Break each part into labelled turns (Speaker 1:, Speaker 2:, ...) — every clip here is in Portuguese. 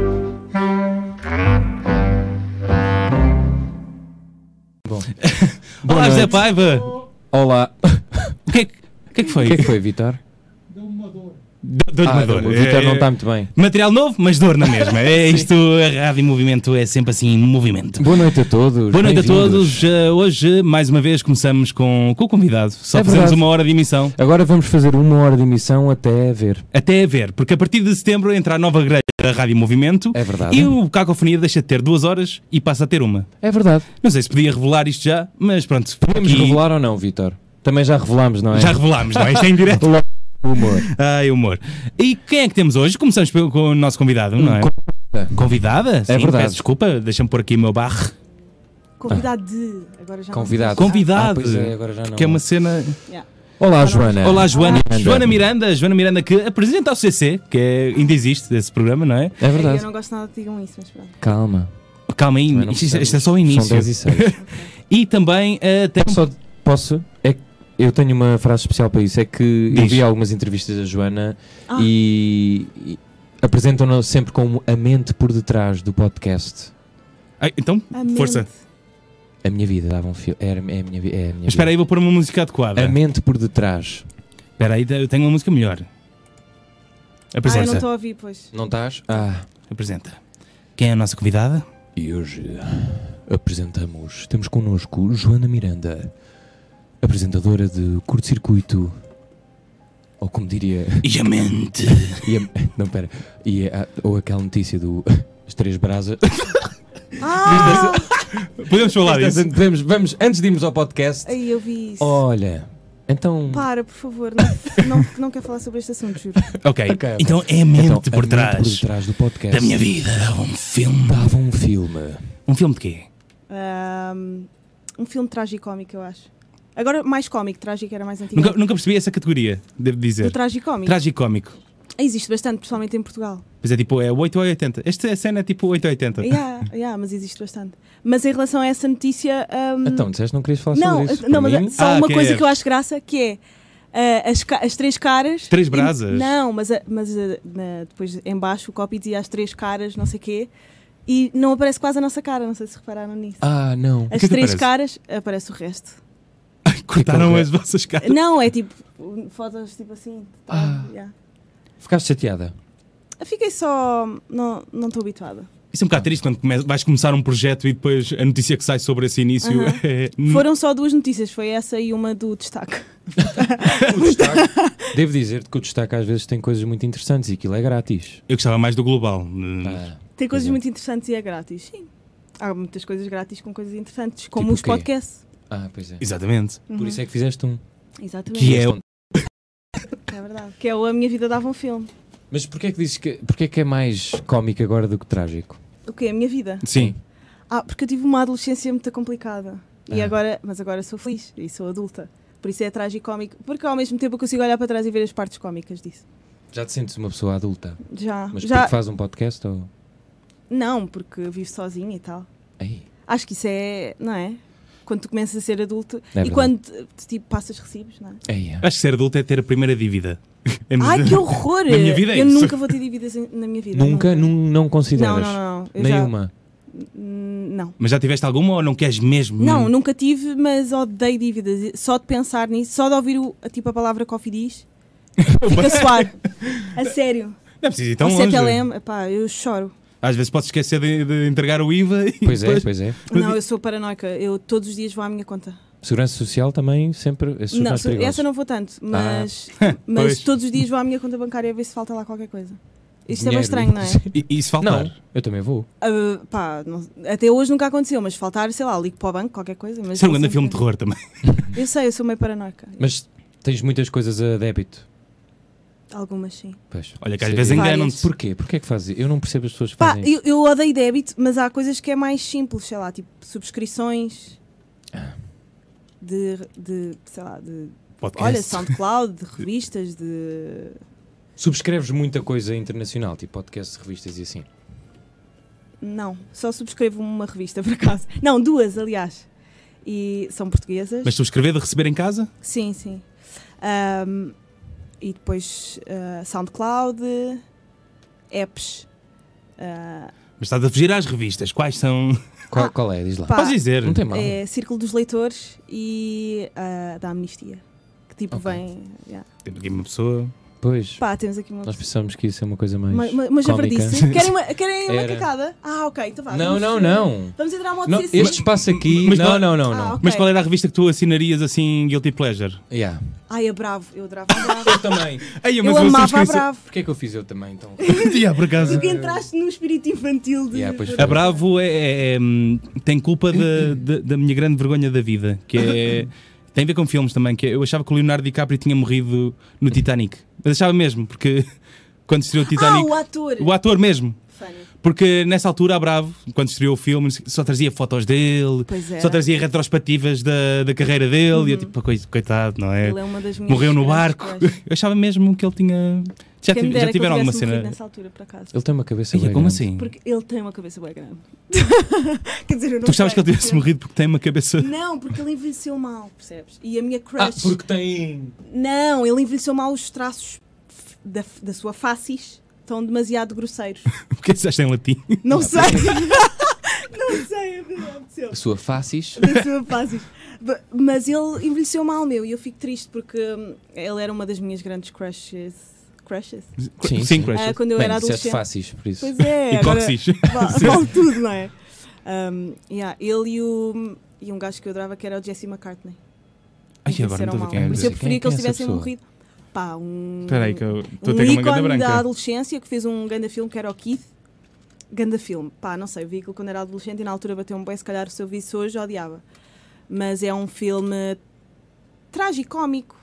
Speaker 1: Olá,
Speaker 2: noite.
Speaker 1: José Paiva.
Speaker 2: Olá.
Speaker 1: O que é que, o que, é que
Speaker 2: O
Speaker 1: foi?
Speaker 2: que é que foi, Vitor?
Speaker 1: Dou- Dou-lhe uma dor.
Speaker 2: o Vitor não
Speaker 1: É-
Speaker 2: tá- está muito bem.
Speaker 1: Material novo, mas dor na mesma. É isto, a rádio em movimento é sempre assim, em movimento.
Speaker 2: Boa noite a todos.
Speaker 1: Boa noite a
Speaker 2: bem-vindos.
Speaker 1: todos. Eh, hoje, mais uma vez, começamos com, com o convidado. Só
Speaker 2: É
Speaker 1: fizemos
Speaker 2: verdade.
Speaker 1: uma hora de emissão.
Speaker 2: Agora vamos fazer uma hora de emissão até ver.
Speaker 1: Até a ver, porque a partir de setembro entra a nova grelha da Rádio em Movimento
Speaker 2: É verdade.
Speaker 1: e o Cacofonia deixa de ter duas horas e passa a ter uma.
Speaker 2: É verdade.
Speaker 1: Não sei se podia revelar isto já, mas pronto.
Speaker 2: Podemos
Speaker 1: aqui
Speaker 2: revelar ou não, Vitor? Também já revelámos, não é?
Speaker 1: Já revelámos, não é? Isto é em direto.
Speaker 2: Logo o humor.
Speaker 1: Ai, humor. E quem é que temos hoje? Começamos pelo, com o nosso convidado, não é?
Speaker 2: Ah,
Speaker 1: Convidada? Sim,
Speaker 2: É verdade. Ah,
Speaker 1: Peço desculpa, deixa-me pôr aqui o meu barro.
Speaker 3: Convidado de. Agora já não
Speaker 2: Convidado.
Speaker 3: sei.
Speaker 1: Convidado.
Speaker 2: Ah, pois é, agora já não.
Speaker 1: Que é uma cena.
Speaker 3: Yeah.
Speaker 2: Olá, Joana.
Speaker 1: Olá, Joana.
Speaker 2: Miranda.
Speaker 1: Joana Miranda, Joana Miranda, que apresenta ao CC, que é- ainda existe esse programa, não é?
Speaker 2: É
Speaker 3: Eu
Speaker 2: verdade.
Speaker 3: não gosto nada de digam isso, mas pronto.
Speaker 2: Calma.
Speaker 1: Calma aí,
Speaker 2: Também não
Speaker 1: isto, isto é
Speaker 2: precisamos.
Speaker 1: só o
Speaker 2: São
Speaker 1: início.
Speaker 2: 10 e 6.
Speaker 1: E também eh, tem-
Speaker 2: Só posso? É que eu tenho uma frase especial para isso. É que eu
Speaker 1: Diz.
Speaker 2: vi algumas entrevistas da Joana
Speaker 3: Ah.
Speaker 2: e, e apresentam-na sempre como a mente por detrás do podcast.
Speaker 1: Ai, então,
Speaker 3: A mente.
Speaker 1: força.
Speaker 2: A minha vida dava um fio. Era, é a minha, vi- é a minha vida.
Speaker 1: Mas espera aí, vou pôr uma música adequada.
Speaker 2: A mente por detrás.
Speaker 1: Espera aí, eu tenho uma música melhor.
Speaker 3: Ah, eu não
Speaker 1: Apresenta,
Speaker 3: estou a ouvir, pois.
Speaker 2: Não estás? Ah.
Speaker 1: apresenta. Quem é a nossa convidada?
Speaker 2: E hoje apresentamos, temos connosco Joana Miranda, apresentadora de curto-circuito, ou como diria,
Speaker 1: E a mente.
Speaker 2: e a- não, pera, e a- ou aquela notícia do As Três Brasas.
Speaker 3: Ah!
Speaker 1: Podemos falar disso?
Speaker 2: Vamos, vamos, antes de irmos ao podcast,
Speaker 3: Aí eu vi É isso.
Speaker 2: olha, então...
Speaker 3: Para, por favor, não, não, não quero falar sobre este assunto, juro.
Speaker 1: Ok,
Speaker 2: Ok, ok.
Speaker 1: então é a mente
Speaker 2: então, a
Speaker 1: por trás
Speaker 2: por detrás do podcast.
Speaker 1: da minha vida. Um filme.
Speaker 2: Dava um filme.
Speaker 1: Um filme de quê?
Speaker 3: Ahm, um filme tragicómico, eu acho. Agora, mais cómico, trágico era mais antigo.
Speaker 1: Nunca, nunca percebi essa categoria, devo
Speaker 3: Do
Speaker 1: dizer.
Speaker 3: tragicómico.
Speaker 1: Tragicómico.
Speaker 3: Existe bastante, principalmente em Portugal.
Speaker 1: Pois é, tipo, é 8 ou 80. Esta cena é tipo 8 ou 80.
Speaker 3: yeah, yeah, mas existe bastante. Mas em relação a essa notícia. ahm,
Speaker 2: Então, disseste que não querias falar
Speaker 3: não, eh,
Speaker 2: sobre isso?
Speaker 3: não,
Speaker 2: Para
Speaker 3: mas é
Speaker 2: mim,
Speaker 3: só
Speaker 1: Ah,
Speaker 3: uma
Speaker 1: ok.
Speaker 3: coisa que eu acho graça que é. ah, as, ca- as três caras
Speaker 1: Três
Speaker 3: e-
Speaker 1: brasas?
Speaker 3: não, mas, a- mas a- na- depois embaixo o copy dizia as três caras, não sei quê e não aparece quase a nossa cara, não sei se repararam nisso
Speaker 2: Ah, não.
Speaker 3: as
Speaker 1: que é que
Speaker 3: três
Speaker 1: aparece?
Speaker 3: caras, aparece o resto
Speaker 1: Cortaram
Speaker 2: Ficou-
Speaker 1: as vossas caras.
Speaker 3: não, é tipo um, fotos tipo assim tá,
Speaker 1: Ah.
Speaker 3: yeah.
Speaker 2: Ficaste chateada?
Speaker 3: Eu fiquei só não não estou habituada
Speaker 1: Isso é um bocado triste quando come- vais começar um projeto e depois a notícia que sai sobre esse início
Speaker 3: Aham.
Speaker 1: é.
Speaker 3: foram só duas notícias, foi essa e uma do destaque
Speaker 2: O destaque- Devo dizer-te que o destaque às vezes tem coisas muito interessantes e aquilo é grátis.
Speaker 1: Eu gostava mais do global. Hum,
Speaker 2: Ah.
Speaker 3: Tem coisas
Speaker 2: Exato.
Speaker 3: muito interessantes e é grátis. Sim. Há muitas coisas grátis com coisas interessantes,
Speaker 2: Tipo
Speaker 3: como os
Speaker 2: o quê?
Speaker 3: podcasts.
Speaker 2: Ah, pois é.
Speaker 1: Exatamente.
Speaker 3: Uhum.
Speaker 2: Por isso é que fizeste um.
Speaker 3: Exatamente.
Speaker 1: Que é o-
Speaker 3: É verdade. Que é o A Minha Vida Dava um Filme.
Speaker 2: Mas porquê é que dizes que, porquê é que é mais cómico agora do que trágico?
Speaker 3: O que é a minha vida?
Speaker 1: Sim.
Speaker 3: Ah, porque eu tive uma adolescência muito complicada. E
Speaker 2: Ah.
Speaker 3: agora, mas agora sou feliz e sou adulta. Por isso é tragicómico, porque ao mesmo tempo eu consigo olhar para trás e ver as partes cómicas disso.
Speaker 2: Já te sentes uma pessoa adulta?
Speaker 3: Já.
Speaker 2: Mas
Speaker 3: já
Speaker 2: porque faz um podcast ou.
Speaker 3: Não, porque vivo sozinha e tal.
Speaker 2: Ei,
Speaker 3: Acho que isso é, não é? Quando tu começas a ser adulto
Speaker 2: É
Speaker 3: e
Speaker 2: verdade.
Speaker 3: quando tipo, passas recibos, não é?
Speaker 2: ei, é.
Speaker 1: Acho que ser adulto é ter a primeira dívida. É
Speaker 3: Ai, que horror!
Speaker 1: Na minha vida é
Speaker 3: eu
Speaker 1: isso.
Speaker 3: nunca vou ter dívidas em- na minha vida.
Speaker 2: Nunca, nun- não
Speaker 3: Não,
Speaker 2: consideras?
Speaker 3: não, não. não. Eu já-
Speaker 2: Nenhuma.
Speaker 3: Hum, Não.
Speaker 1: Mas já tiveste alguma ou não queres mesmo?
Speaker 3: Não, nunca tive, mas odeio dívidas. Só de pensar nisso, só de ouvir o, a, tipo, a palavra coffee diz, fica a suar. A sério.
Speaker 1: Não é preciso ir tão
Speaker 3: Ou
Speaker 1: longe.
Speaker 3: CTLM, epá, eu choro.
Speaker 1: Às vezes podes esquecer de, de entregar o IVA e
Speaker 2: Pois é,
Speaker 1: depois-
Speaker 2: pois é.
Speaker 1: Mas
Speaker 3: não,
Speaker 1: e-
Speaker 3: eu sou paranoica. Eu todos os dias vou à minha conta.
Speaker 2: Segurança social também sempre. É super
Speaker 3: Não,
Speaker 2: mais
Speaker 3: sou-
Speaker 2: perigoso.
Speaker 3: essa não vou tanto, mas,
Speaker 1: Ah. Pois.
Speaker 3: mas todos os dias vou à minha conta bancária a ver se falta lá qualquer coisa. Isto é
Speaker 2: Dinheiro.
Speaker 3: bem estranho, não é?
Speaker 1: E, e se faltar?
Speaker 2: Não, eu também vou.
Speaker 3: Ah, pá, não- até hoje nunca aconteceu, mas faltar, sei lá, ligo para o banco, qualquer coisa. Mas
Speaker 1: Isso é um
Speaker 3: não
Speaker 1: grande
Speaker 3: sempre.
Speaker 1: filme de terror também.
Speaker 3: Eu sei, eu sou meio paranoica.
Speaker 2: Mas tens muitas coisas a débito.
Speaker 3: Algumas sim.
Speaker 2: Pois.
Speaker 1: Olha que às
Speaker 2: Sim.
Speaker 1: vezes
Speaker 3: Várias.
Speaker 1: enganam-te. Por-
Speaker 2: Porquê? Porquê é que fazes? Eu não percebo as pessoas que
Speaker 3: Pá,
Speaker 2: fazem.
Speaker 3: eu, eu odeio débito, mas há coisas que é mais simples, sei lá, tipo subscrições
Speaker 2: Ah.
Speaker 3: de, de sei lá, de olha,
Speaker 1: Podcast.
Speaker 3: SoundCloud, de revistas, de
Speaker 2: Subscreves muita coisa internacional, tipo podcasts, revistas e assim.
Speaker 3: não, só subscrevo uma revista por acaso. Não, duas, aliás. E são portuguesas.
Speaker 1: Mas subscrever de receber em casa?
Speaker 3: Sim, sim. Ahm, e depois ah, SoundCloud, apps. ah,
Speaker 1: Mas estás a fugir às revistas. Quais são?
Speaker 2: Qual, qual é? Diz lá.
Speaker 3: Pá,
Speaker 1: Podes dizer.
Speaker 2: Não tem mal.
Speaker 3: É Círculo dos Leitores e ah, da Amnistia. Que tipo
Speaker 2: Ok.
Speaker 3: vem. yeah.
Speaker 1: Temos aqui uma pessoa.
Speaker 2: Pois,
Speaker 3: Pá, temos aqui uma.
Speaker 2: nós pensamos que isso é uma coisa mais.
Speaker 3: Uma, uma, uma
Speaker 2: cómica.
Speaker 3: javardice. Querem uma, querem uma
Speaker 2: Era.
Speaker 3: cacada? Ah, ok, então vá.
Speaker 2: Não,
Speaker 3: vamos-
Speaker 2: não, não.
Speaker 3: Vamos entrar a modo
Speaker 2: Não,
Speaker 3: CC.
Speaker 2: este espaço aqui.
Speaker 1: Mas
Speaker 2: não,
Speaker 1: qual-
Speaker 2: não, não,
Speaker 3: Ah,
Speaker 2: não.
Speaker 3: ok.
Speaker 1: Mas qual era a revista que tu assinarias assim, Guilty Pleasure?
Speaker 2: Yeah.
Speaker 3: Ai, a Bravo. Eu adorava a Bravo.
Speaker 2: Eu também.
Speaker 1: Ei,
Speaker 3: eu amava a Bravo.
Speaker 2: Porquê é que eu fiz eu também, então?
Speaker 1: Yeah, assim por acaso.
Speaker 3: Tu que entraste no espírito infantil de. Ah,
Speaker 2: Yeah, pois
Speaker 1: A Bravo é- é- é, hum, tem culpa da, da- da minha grande vergonha da vida, que é. Tem a ver com filmes também, que é- eu achava que o Leonardo DiCaprio tinha morrido no Titanic. Mas achava mesmo, porque quando estreou o
Speaker 3: ah,
Speaker 1: Titanic.
Speaker 3: o ator.
Speaker 1: o ator mesmo.
Speaker 3: Funny.
Speaker 1: Porque nessa altura a Bravo, quando estreou o filme, só trazia fotos dele,
Speaker 3: Pois é. Uhum.
Speaker 1: só trazia retrospectivas da, da carreira dele, e eu tipo, "Coi- coitado, não é?
Speaker 3: Ele é uma das minhas
Speaker 1: Morreu no
Speaker 3: grandes
Speaker 1: barco.
Speaker 3: crushes.
Speaker 1: Eu achava mesmo que ele tinha. Já,
Speaker 3: Quem me
Speaker 1: tive- já
Speaker 3: dera que ele
Speaker 1: tiveram alguma
Speaker 3: tivesse morrido
Speaker 1: cena.
Speaker 3: Nessa altura, por acaso.
Speaker 2: Ele tem uma cabeça.
Speaker 1: Ei,
Speaker 2: bem
Speaker 1: como
Speaker 2: grande.
Speaker 1: assim?
Speaker 3: Porque ele tem uma cabeça bem grande. Quer dizer, eu não
Speaker 1: Tu gostavas que
Speaker 3: sei.
Speaker 1: ele tivesse morrido porque tem uma cabeça.
Speaker 3: Não, porque ele envelheceu mal, percebes? E a minha crush.
Speaker 2: Ah, porque tem.
Speaker 3: Não, ele envelheceu mal os traços f- da, da sua faces. Estão demasiado grosseiros.
Speaker 1: Porque disseste em latim.
Speaker 3: Não sei. não sei, é verdade. seu.
Speaker 2: A sua faces.
Speaker 3: Da sua faces. Ba- Mas ele envelheceu mal, meu. E eu fico triste porque hum, ele era uma das minhas grandes crushes. Crushes?
Speaker 2: Sim,
Speaker 1: Sim,
Speaker 2: sim.
Speaker 1: crushes.
Speaker 3: Ah, quando eu
Speaker 2: Bem,
Speaker 3: era
Speaker 2: disseste
Speaker 3: adolescente.
Speaker 2: faces, por isso.
Speaker 3: Pois é.
Speaker 1: e
Speaker 3: agora-
Speaker 1: cóccix.
Speaker 3: Vale, vale tudo, não é? Um, yeah, ele e, o, e um gajo que eu adorava que era o Jesse McCartney.
Speaker 1: Ai,
Speaker 3: Eles
Speaker 1: agora não
Speaker 3: disseram
Speaker 1: estou a ver
Speaker 3: mal. né?
Speaker 1: quem é.
Speaker 3: Por isso eu
Speaker 2: Quem-
Speaker 3: preferia que
Speaker 2: quem é
Speaker 3: eles
Speaker 2: essa
Speaker 3: tivessem
Speaker 2: pessoa?
Speaker 3: morrido. Pá, um.
Speaker 1: Espera aí, que eu estou a
Speaker 3: um
Speaker 1: ter uma ganda
Speaker 3: ícone da
Speaker 1: branca.
Speaker 3: adolescência que fez um ganda filme que era o Keith. Ganda filme. Pá, não sei, vi aquilo quando era adolescente e na altura bateu-me bem. Se calhar se eu visse hoje, odiava. Mas é um filme tragicómico.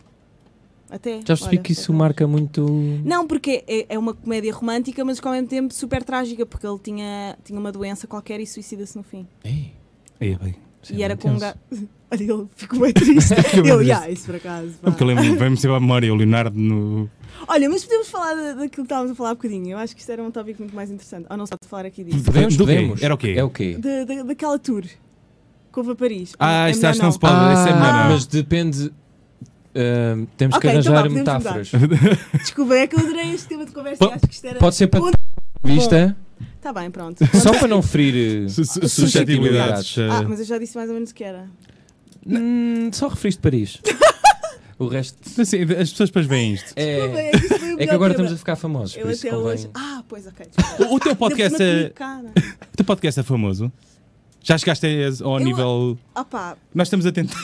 Speaker 3: Até.
Speaker 2: Já percebi
Speaker 3: olha,
Speaker 2: que isso
Speaker 3: até.
Speaker 2: marca muito.
Speaker 3: Não, porque é, é uma comédia romântica, mas que ao mesmo tempo super trágica, porque ele tinha, tinha uma doença qualquer e suicida-se no fim.
Speaker 2: Ei,
Speaker 1: Ai, bem.
Speaker 2: isso é
Speaker 3: e era
Speaker 2: muito
Speaker 3: com um
Speaker 2: tenso.
Speaker 3: gajo. Olha, ele ficou bem triste. eu,
Speaker 1: bem
Speaker 3: já, isso por acaso. pá."
Speaker 1: É Porque eu lembro, vem-me sempre à memória o Leonardo no.
Speaker 3: Olha, mas podemos falar da- daquilo que estávamos a falar há bocadinho. Eu acho que isto era um tópico muito mais interessante. Ou não se pode falar aqui disso.
Speaker 2: Podemos,
Speaker 1: Do quê?
Speaker 2: podemos.
Speaker 1: Era o quê?
Speaker 2: É o quê?
Speaker 3: Da- da- daquela tour que houve a Paris.
Speaker 1: Ah,
Speaker 3: é
Speaker 1: isto
Speaker 3: melhor
Speaker 1: acho que não se pode. isso é melhor
Speaker 2: Ah,
Speaker 1: não.
Speaker 2: mas depende. ah, temos
Speaker 3: Ok,
Speaker 2: que
Speaker 3: então vá,
Speaker 2: arranjar
Speaker 3: podemos mudar.
Speaker 2: metáforas.
Speaker 3: Desculpa, é que eu adorei este tema de conversa e
Speaker 2: Po-
Speaker 3: acho que isto era.
Speaker 2: Pode ser para
Speaker 3: Bom.
Speaker 2: vista,
Speaker 3: Tá bem, pronto.
Speaker 2: só para não ferir.
Speaker 1: Su- su- Suscetibilidades.
Speaker 3: Ah,
Speaker 1: eh,
Speaker 3: mas eu já disse mais ou menos o que era.
Speaker 2: Hum, só referiste Paris. o resto
Speaker 1: assim, as pessoas depois veem isto.
Speaker 3: Desculpa,
Speaker 2: é.
Speaker 3: é que isto foi o
Speaker 2: É que
Speaker 3: melhor
Speaker 2: agora
Speaker 3: tema.
Speaker 2: estamos a ficar famosos.
Speaker 3: Eu
Speaker 2: por isso
Speaker 3: até
Speaker 2: convém-
Speaker 3: hoje. Ah, pois, ok. desculpa.
Speaker 1: O, o teu podcast
Speaker 3: Ainda
Speaker 1: é,
Speaker 3: por cima clicar.
Speaker 1: o teu podcast é famoso? Já chegaste a- ao
Speaker 3: Eu-
Speaker 1: nível.
Speaker 3: Ah, pá,
Speaker 1: Nós estamos a tentar.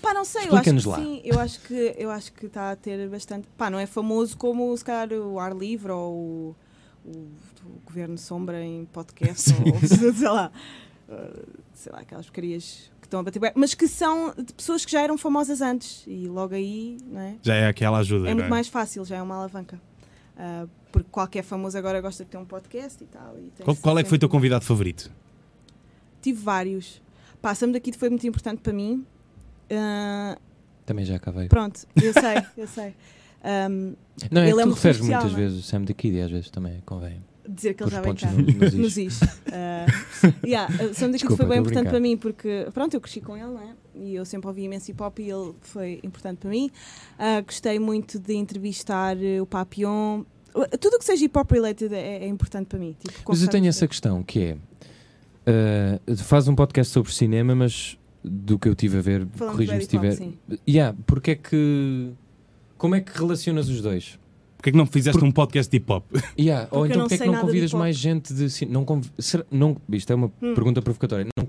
Speaker 3: Pá, não sei, eu acho
Speaker 2: Explica-nos
Speaker 3: que
Speaker 2: lá.
Speaker 3: sim, eu acho que eu acho que está a ter bastante. Pá, não é famoso como se calhar o ar livre ou o, o- o Governo Sombra em podcast ou sei lá. uh, sei lá, aquelas porcarias que estão a bater. bué, Mas que são de pessoas que já eram famosas antes e logo aí não é?
Speaker 1: Já é aquela ajuda.
Speaker 3: é
Speaker 1: não
Speaker 3: muito mais fácil, já é uma alavanca. Ah, porque qualquer famoso agora gosta de ter um podcast e tal. E tem
Speaker 1: Qual, qual é que foi o teu
Speaker 3: sempre-
Speaker 1: convidado favorito?
Speaker 3: Tive vários. Pá, Sam daqui foi muito importante para mim. Ah,
Speaker 2: Também já acabei.
Speaker 3: Pronto, eu sei, eu sei. Um,
Speaker 2: Não, é
Speaker 3: ele
Speaker 2: que
Speaker 3: é
Speaker 2: tu
Speaker 3: muito
Speaker 2: referes
Speaker 3: especial,
Speaker 2: muitas
Speaker 3: não é?
Speaker 2: vezes o Sam da Kid e às vezes também convém.
Speaker 3: dizer que
Speaker 2: Pôr
Speaker 3: ele
Speaker 2: os
Speaker 3: já vem
Speaker 2: pontos
Speaker 3: cá.
Speaker 2: no- nos
Speaker 3: Nos
Speaker 2: is.
Speaker 3: is. Uh, yeah, uh, Sam
Speaker 2: Desculpa,
Speaker 3: daqui foi bem
Speaker 2: estou a
Speaker 3: importante
Speaker 2: brincar.
Speaker 3: para mim porque, pronto, eu cresci com ele, não é? E eu sempre ouvi imenso hip hop e ele foi importante para mim. Uh, gostei muito de entrevistar uh, o Papillon. Uh, Tudo o que seja hip hop related é, é importante para mim. Tipo,
Speaker 2: Mas eu
Speaker 3: conversar
Speaker 2: tenho
Speaker 3: com
Speaker 2: essa
Speaker 3: pessoas.
Speaker 2: questão que é. ah, faz um podcast sobre cinema, mas do que eu tive a ver,
Speaker 3: Falamos
Speaker 2: corrija-me se
Speaker 3: do Eddie
Speaker 2: tiver.
Speaker 3: Pop,
Speaker 2: Yeah, porque é que. Como é que relacionas os dois?
Speaker 1: Porque é que não fizeste um podcast de hip hop?
Speaker 2: Yeah, ou
Speaker 3: Porque
Speaker 2: então
Speaker 3: eu não
Speaker 2: porque é que
Speaker 3: sei
Speaker 2: não
Speaker 3: nada de
Speaker 2: convidas
Speaker 3: hip-hop. Hum.
Speaker 2: mais gente de cinema? Não conv... será- não... Isto é uma pergunta provocatória. Não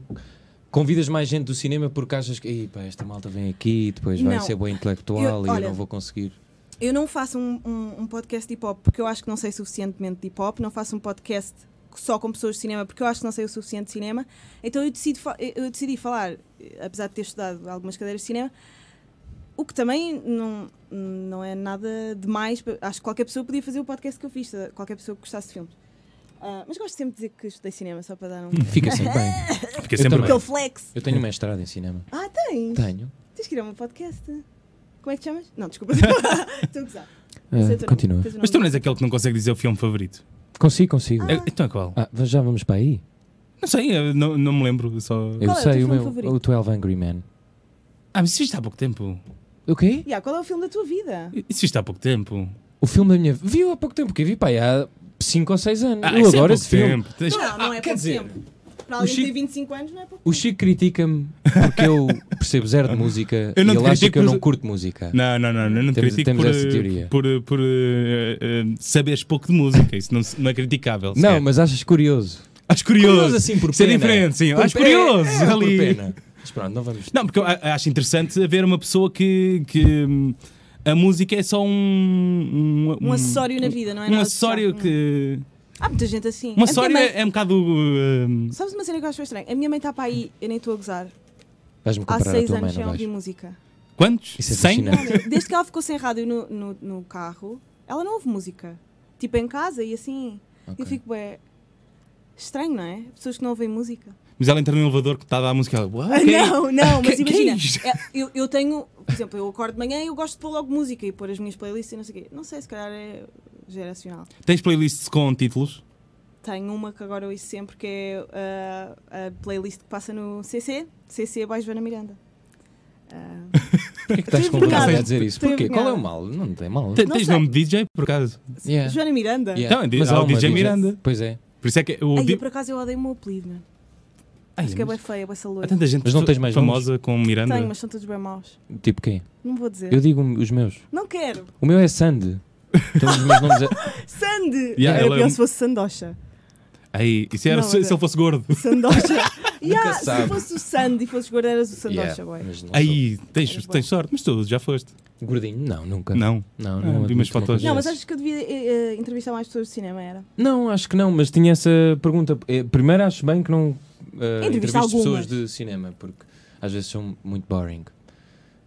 Speaker 2: convidas mais gente do cinema porque achas que "Ei, pá, esta malta vem aqui e depois vai
Speaker 3: Não.
Speaker 2: ser boa intelectual
Speaker 3: Eu-
Speaker 2: e eu
Speaker 3: olha,
Speaker 2: não vou conseguir.
Speaker 3: Eu não faço um, um- um podcast de hip hop porque eu acho que não sei suficientemente de hip hop. Não faço um podcast só com pessoas de cinema porque eu acho que não sei o suficiente de cinema. Então eu, decido fa- eu- eu decidi falar, eh, apesar de ter estudado algumas cadeiras de cinema, o que também não, não é nada demais. pa- Acho que qualquer pessoa podia fazer o podcast que eu fiz, eh, qualquer pessoa que gostasse de filmes. Ah, mas gosto sempre de dizer que estudei cinema só para dar um.
Speaker 2: Fica sempre bem.
Speaker 1: Porque é sempre.
Speaker 2: também.
Speaker 3: Aquele flex!
Speaker 2: Eu tenho mestrado em cinema.
Speaker 3: Ah, tens!
Speaker 2: Tenho.
Speaker 3: Tens que ir a um podcast. Como é que te chamas? Não, desculpa. Estou a gozar. Sei o
Speaker 2: Ah,
Speaker 3: teu nome.
Speaker 2: continua.
Speaker 3: Tens o
Speaker 1: Mas tu
Speaker 3: nome.
Speaker 1: não és aquele que não consegue dizer o filme favorito.
Speaker 2: Consigo, consigo.
Speaker 1: É- Então é qual?
Speaker 2: Ah, mas já vamos para aí.
Speaker 1: Não sei, eu não, não me lembro. eu Só...
Speaker 2: Eu
Speaker 3: é o teu
Speaker 2: sei o
Speaker 3: filme
Speaker 2: meu.
Speaker 3: favorito?
Speaker 2: O 12 Angry Men.
Speaker 1: Ah, mas isso viste há pouco tempo.
Speaker 2: O quê?
Speaker 3: Yeah, qual é o filme da tua vida?
Speaker 1: Isso viste há pouco tempo.
Speaker 2: O filme da minha. Viu há pouco tempo que vi, pá, há 5 ou 6 anos.
Speaker 1: Ah,
Speaker 2: eu
Speaker 1: isso é
Speaker 2: adoro
Speaker 1: pouco
Speaker 2: esse filme.
Speaker 1: tempo. Tens- Ah,
Speaker 3: Não, não é
Speaker 2: Quer
Speaker 3: pouco
Speaker 2: dizer,
Speaker 3: tempo. Para alguém
Speaker 1: Chico-
Speaker 3: que tem 25 anos não é pouco
Speaker 2: O Chico critica-me porque eu percebo zero de música
Speaker 1: Eu não
Speaker 2: e
Speaker 1: te
Speaker 2: ele acha
Speaker 1: critico,
Speaker 2: que eu
Speaker 1: mas-
Speaker 2: não curto música.
Speaker 1: Não, não, não, não, não te
Speaker 2: Temos-
Speaker 1: critico
Speaker 2: temos
Speaker 1: por,
Speaker 2: essa
Speaker 1: eh,
Speaker 2: teoria.
Speaker 1: por, eh, por, eh, eh, saberes pouco de música, isso não, se- não é criticável.
Speaker 2: Não,
Speaker 1: sequer.
Speaker 2: mas achas curioso.
Speaker 1: acho curioso.
Speaker 2: assim por
Speaker 1: Isso é
Speaker 2: pena.
Speaker 1: diferente, sim.
Speaker 2: Por
Speaker 1: acho
Speaker 2: pe-
Speaker 1: curioso.
Speaker 2: é, é, Por
Speaker 1: ali.
Speaker 2: pena. Mas pronto, não vamos.
Speaker 1: Não, porque eu a- acho interessante haver uma pessoa que, que hum, a música é só um. Um,
Speaker 3: tempo. Um acessório na vida, não é?
Speaker 1: Um
Speaker 3: nada
Speaker 1: acessório
Speaker 3: especial.
Speaker 1: que.
Speaker 3: Há muita gente assim.
Speaker 1: Um
Speaker 3: A minha
Speaker 1: acessório
Speaker 3: mãe-
Speaker 1: é um bocado. hum,
Speaker 3: Sabes uma cena que eu acho estranha? A minha mãe está para aí, eu nem estou a gozar.
Speaker 2: Vais-me
Speaker 3: Há
Speaker 2: comparar a
Speaker 3: 6
Speaker 2: tua mãe,
Speaker 3: anos já
Speaker 2: não
Speaker 3: ouvi
Speaker 2: vais?
Speaker 3: música.
Speaker 1: quantos?
Speaker 2: Isso é
Speaker 1: Cem?
Speaker 2: fascinante.
Speaker 3: Desde que ela ficou sem rádio no, no, no carro, ela não ouve música. Tipo em casa e assim.
Speaker 2: Ok.
Speaker 3: Eu fico, é estranho, não é? Pessoas que não ouvem música.
Speaker 1: Mas ela entra no elevador que está a dar a música. Ela, "Uau, ok."
Speaker 3: Ah, Não, não, mas
Speaker 1: Que- que
Speaker 3: imagina.
Speaker 1: é isto?
Speaker 3: é, eu, eu tenho, por exemplo, eu acordo de manhã e eu gosto de pôr logo música e pôr as minhas playlists e não sei o quê. Não sei, se calhar é geracional.
Speaker 1: Tens playlists com títulos?
Speaker 3: Tenho uma que agora eu ouço sempre que é ah, a playlist que passa no CC, CC by Joana Miranda. Ah,
Speaker 1: é
Speaker 2: Porquê que estás
Speaker 3: Estou
Speaker 2: complicado a
Speaker 3: envergonhada.
Speaker 2: dizer isso?
Speaker 3: Estou
Speaker 2: Porquê? Qual é o
Speaker 3: envergonhada.
Speaker 2: mal? Não tem mal.
Speaker 1: Te-
Speaker 3: Não
Speaker 1: Tens
Speaker 3: sei.
Speaker 1: nome de DJ, por acaso?
Speaker 2: Yeah.
Speaker 3: Joana Miranda?
Speaker 2: Yeah.
Speaker 1: Então,
Speaker 2: Mas
Speaker 1: há
Speaker 2: há
Speaker 1: o
Speaker 2: uma
Speaker 1: DJ
Speaker 2: coisa-
Speaker 1: Miranda.
Speaker 2: Pois é.
Speaker 1: Por isso é que o.
Speaker 3: Ai,
Speaker 1: di-
Speaker 3: eu, por acaso eu odeio o meu apelido, mano.
Speaker 1: Ai,
Speaker 3: Acho que é bem
Speaker 1: mas
Speaker 3: feia, bem
Speaker 1: Há
Speaker 3: saloura.
Speaker 1: tanta gente
Speaker 2: Mas não tens mais
Speaker 1: famosa com Miranda.
Speaker 3: Tenho, mas são todos bem maus.
Speaker 2: Tipo quem?
Speaker 3: Não vou dizer.
Speaker 2: Eu digo os meus.
Speaker 3: Não quero.
Speaker 2: O meu é Sandy. Então os meus nomes é...
Speaker 3: Sandy!
Speaker 1: Yeah,
Speaker 3: Era
Speaker 1: ela é
Speaker 3: pior
Speaker 1: um-
Speaker 3: se fosse Sandocha.
Speaker 1: Aí, isso era
Speaker 3: Não,
Speaker 1: se,
Speaker 3: mas
Speaker 1: se
Speaker 3: é-
Speaker 1: ele fosse gordo.
Speaker 3: Sandocha. yeah,
Speaker 2: sabe.
Speaker 3: se fosse o Sandy e fosses gordo, eras o Sandocha, boy.
Speaker 2: mas não
Speaker 1: Aí,
Speaker 3: Era
Speaker 1: tens,
Speaker 3: bom.
Speaker 1: tens sorte, mas tu já foste.
Speaker 2: sou. Gordinho? Não, nunca.
Speaker 1: Não.
Speaker 2: Não, não.
Speaker 1: Ah, vi umas
Speaker 2: admito uma
Speaker 1: fotos.
Speaker 2: coisa
Speaker 3: Não, mas
Speaker 2: dessas.
Speaker 3: acho que eu devia eh, eh, entrevistar mais pessoas de cinema, era.
Speaker 2: Não, acho que não, mas tinha essa pergunta. Eh, Primeiro acho bem que não eh,
Speaker 3: Entrevista
Speaker 2: entrevistes
Speaker 3: algumas.
Speaker 2: pessoas de cinema, porque às vezes são muito boring.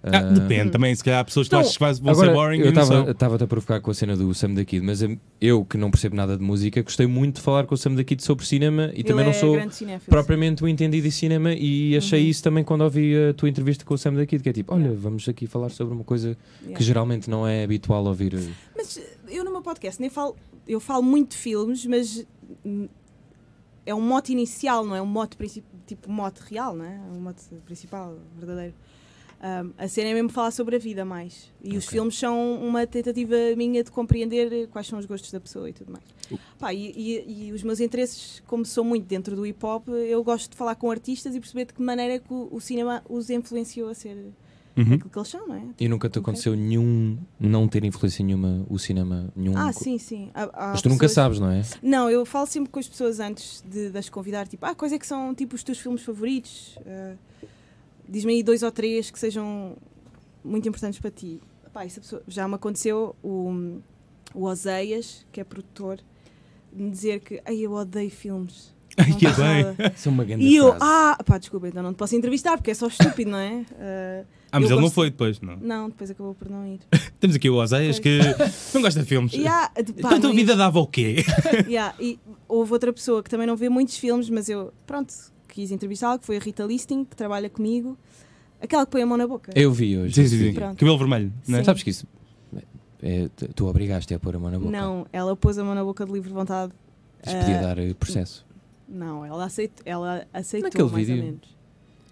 Speaker 1: Ah,
Speaker 2: Ah,
Speaker 1: depende também, se calhar há pessoas que tu
Speaker 3: Então,
Speaker 2: Não,
Speaker 1: achas que vais- vão
Speaker 2: Agora,
Speaker 1: ser boring
Speaker 2: eu
Speaker 1: e não são.
Speaker 2: estava-te a provocar com a cena do Sam da Kid, mas hum, eu que não percebo nada de música, gostei muito de falar com o Sam da Kid sobre cinema e
Speaker 3: Ele
Speaker 2: também não
Speaker 3: é
Speaker 2: sou
Speaker 3: grande cinéfilo.
Speaker 2: propriamente o entendido de cinema e achei isso também quando ouvi a tua entrevista com o Sam da Kid, que é tipo, olha,
Speaker 3: Yeah.
Speaker 2: vamos aqui falar sobre uma coisa
Speaker 3: Yeah.
Speaker 2: que geralmente não é habitual ouvir.
Speaker 3: Mas eh, eu no meu podcast nem falo, eu falo muito de filmes, mas hum, é um mote inicial, não é um mote princi- tipo mote real, não é? É um mote principal, verdadeiro. Ahm, a cena é mesmo falar sobre a vida mais. E os
Speaker 2: Ok.
Speaker 3: filmes são uma tentativa minha de compreender quais são os gostos da pessoa e tudo mais. Pá, e, e- e os meus interesses, como sou muito dentro do hip hop, eu gosto de falar com artistas e perceber de que maneira é que o, o cinema os influenciou a ser
Speaker 1: Uhum.
Speaker 3: aquilo que eles são, não é?
Speaker 2: E nunca te aconteceu nenhum, não ter influência nenhuma o cinema, nenhum.
Speaker 3: Ah,
Speaker 2: co-
Speaker 3: sim, sim. Há- há
Speaker 2: Mas tu nunca
Speaker 3: pessoas-
Speaker 2: sabes, não é?
Speaker 3: Não, eu falo sempre com as pessoas antes de, de as convidar, tipo, ah, quais é que são tipo, os teus filmes favoritos? Ah, Diz-me aí dois ou três que sejam muito importantes para ti. Pá, essa pessoa, já me aconteceu o, o Oseias, que é produtor, me dizer que ai, eu odeio filmes. Não
Speaker 1: que
Speaker 3: gosto
Speaker 1: bem.
Speaker 3: nada."
Speaker 2: Isso é uma grande
Speaker 3: E eu,
Speaker 2: frase.
Speaker 3: ah, pá, desculpa, então não te posso entrevistar porque é só estúpido, não é? Ah,
Speaker 1: Ah, mas
Speaker 3: eu
Speaker 1: ele não
Speaker 3: gosto-
Speaker 1: foi depois, não.
Speaker 3: não, depois acabou por não ir.
Speaker 1: Temos aqui o Oseias que não gosta de filmes.
Speaker 3: E há- pá,
Speaker 1: então a tua
Speaker 3: mas-
Speaker 1: vida dava o quê?
Speaker 3: Yeah, e houve outra pessoa que também não vê muitos filmes, mas eu, pronto, quis entrevistá-la, que foi a Rita Listing, que trabalha comigo. Aquela que põe a mão na boca.
Speaker 2: Eu vi hoje.
Speaker 1: Sim,
Speaker 2: esse
Speaker 1: sim, sim.
Speaker 2: vídeo.
Speaker 3: Pronto.
Speaker 1: Cabelo vermelho, não é?
Speaker 3: Sim.
Speaker 2: Sabes que isso. é, tu- tu obrigaste a pôr a mão na boca.
Speaker 3: Não, ela pôs a mão na boca de livre vontade.
Speaker 2: Isso podia
Speaker 3: Ah,
Speaker 2: dar eh, processo.
Speaker 3: Não, ela aceitou, ela aceitou
Speaker 2: Naquele
Speaker 3: mais
Speaker 2: vídeo.
Speaker 3: ou menos.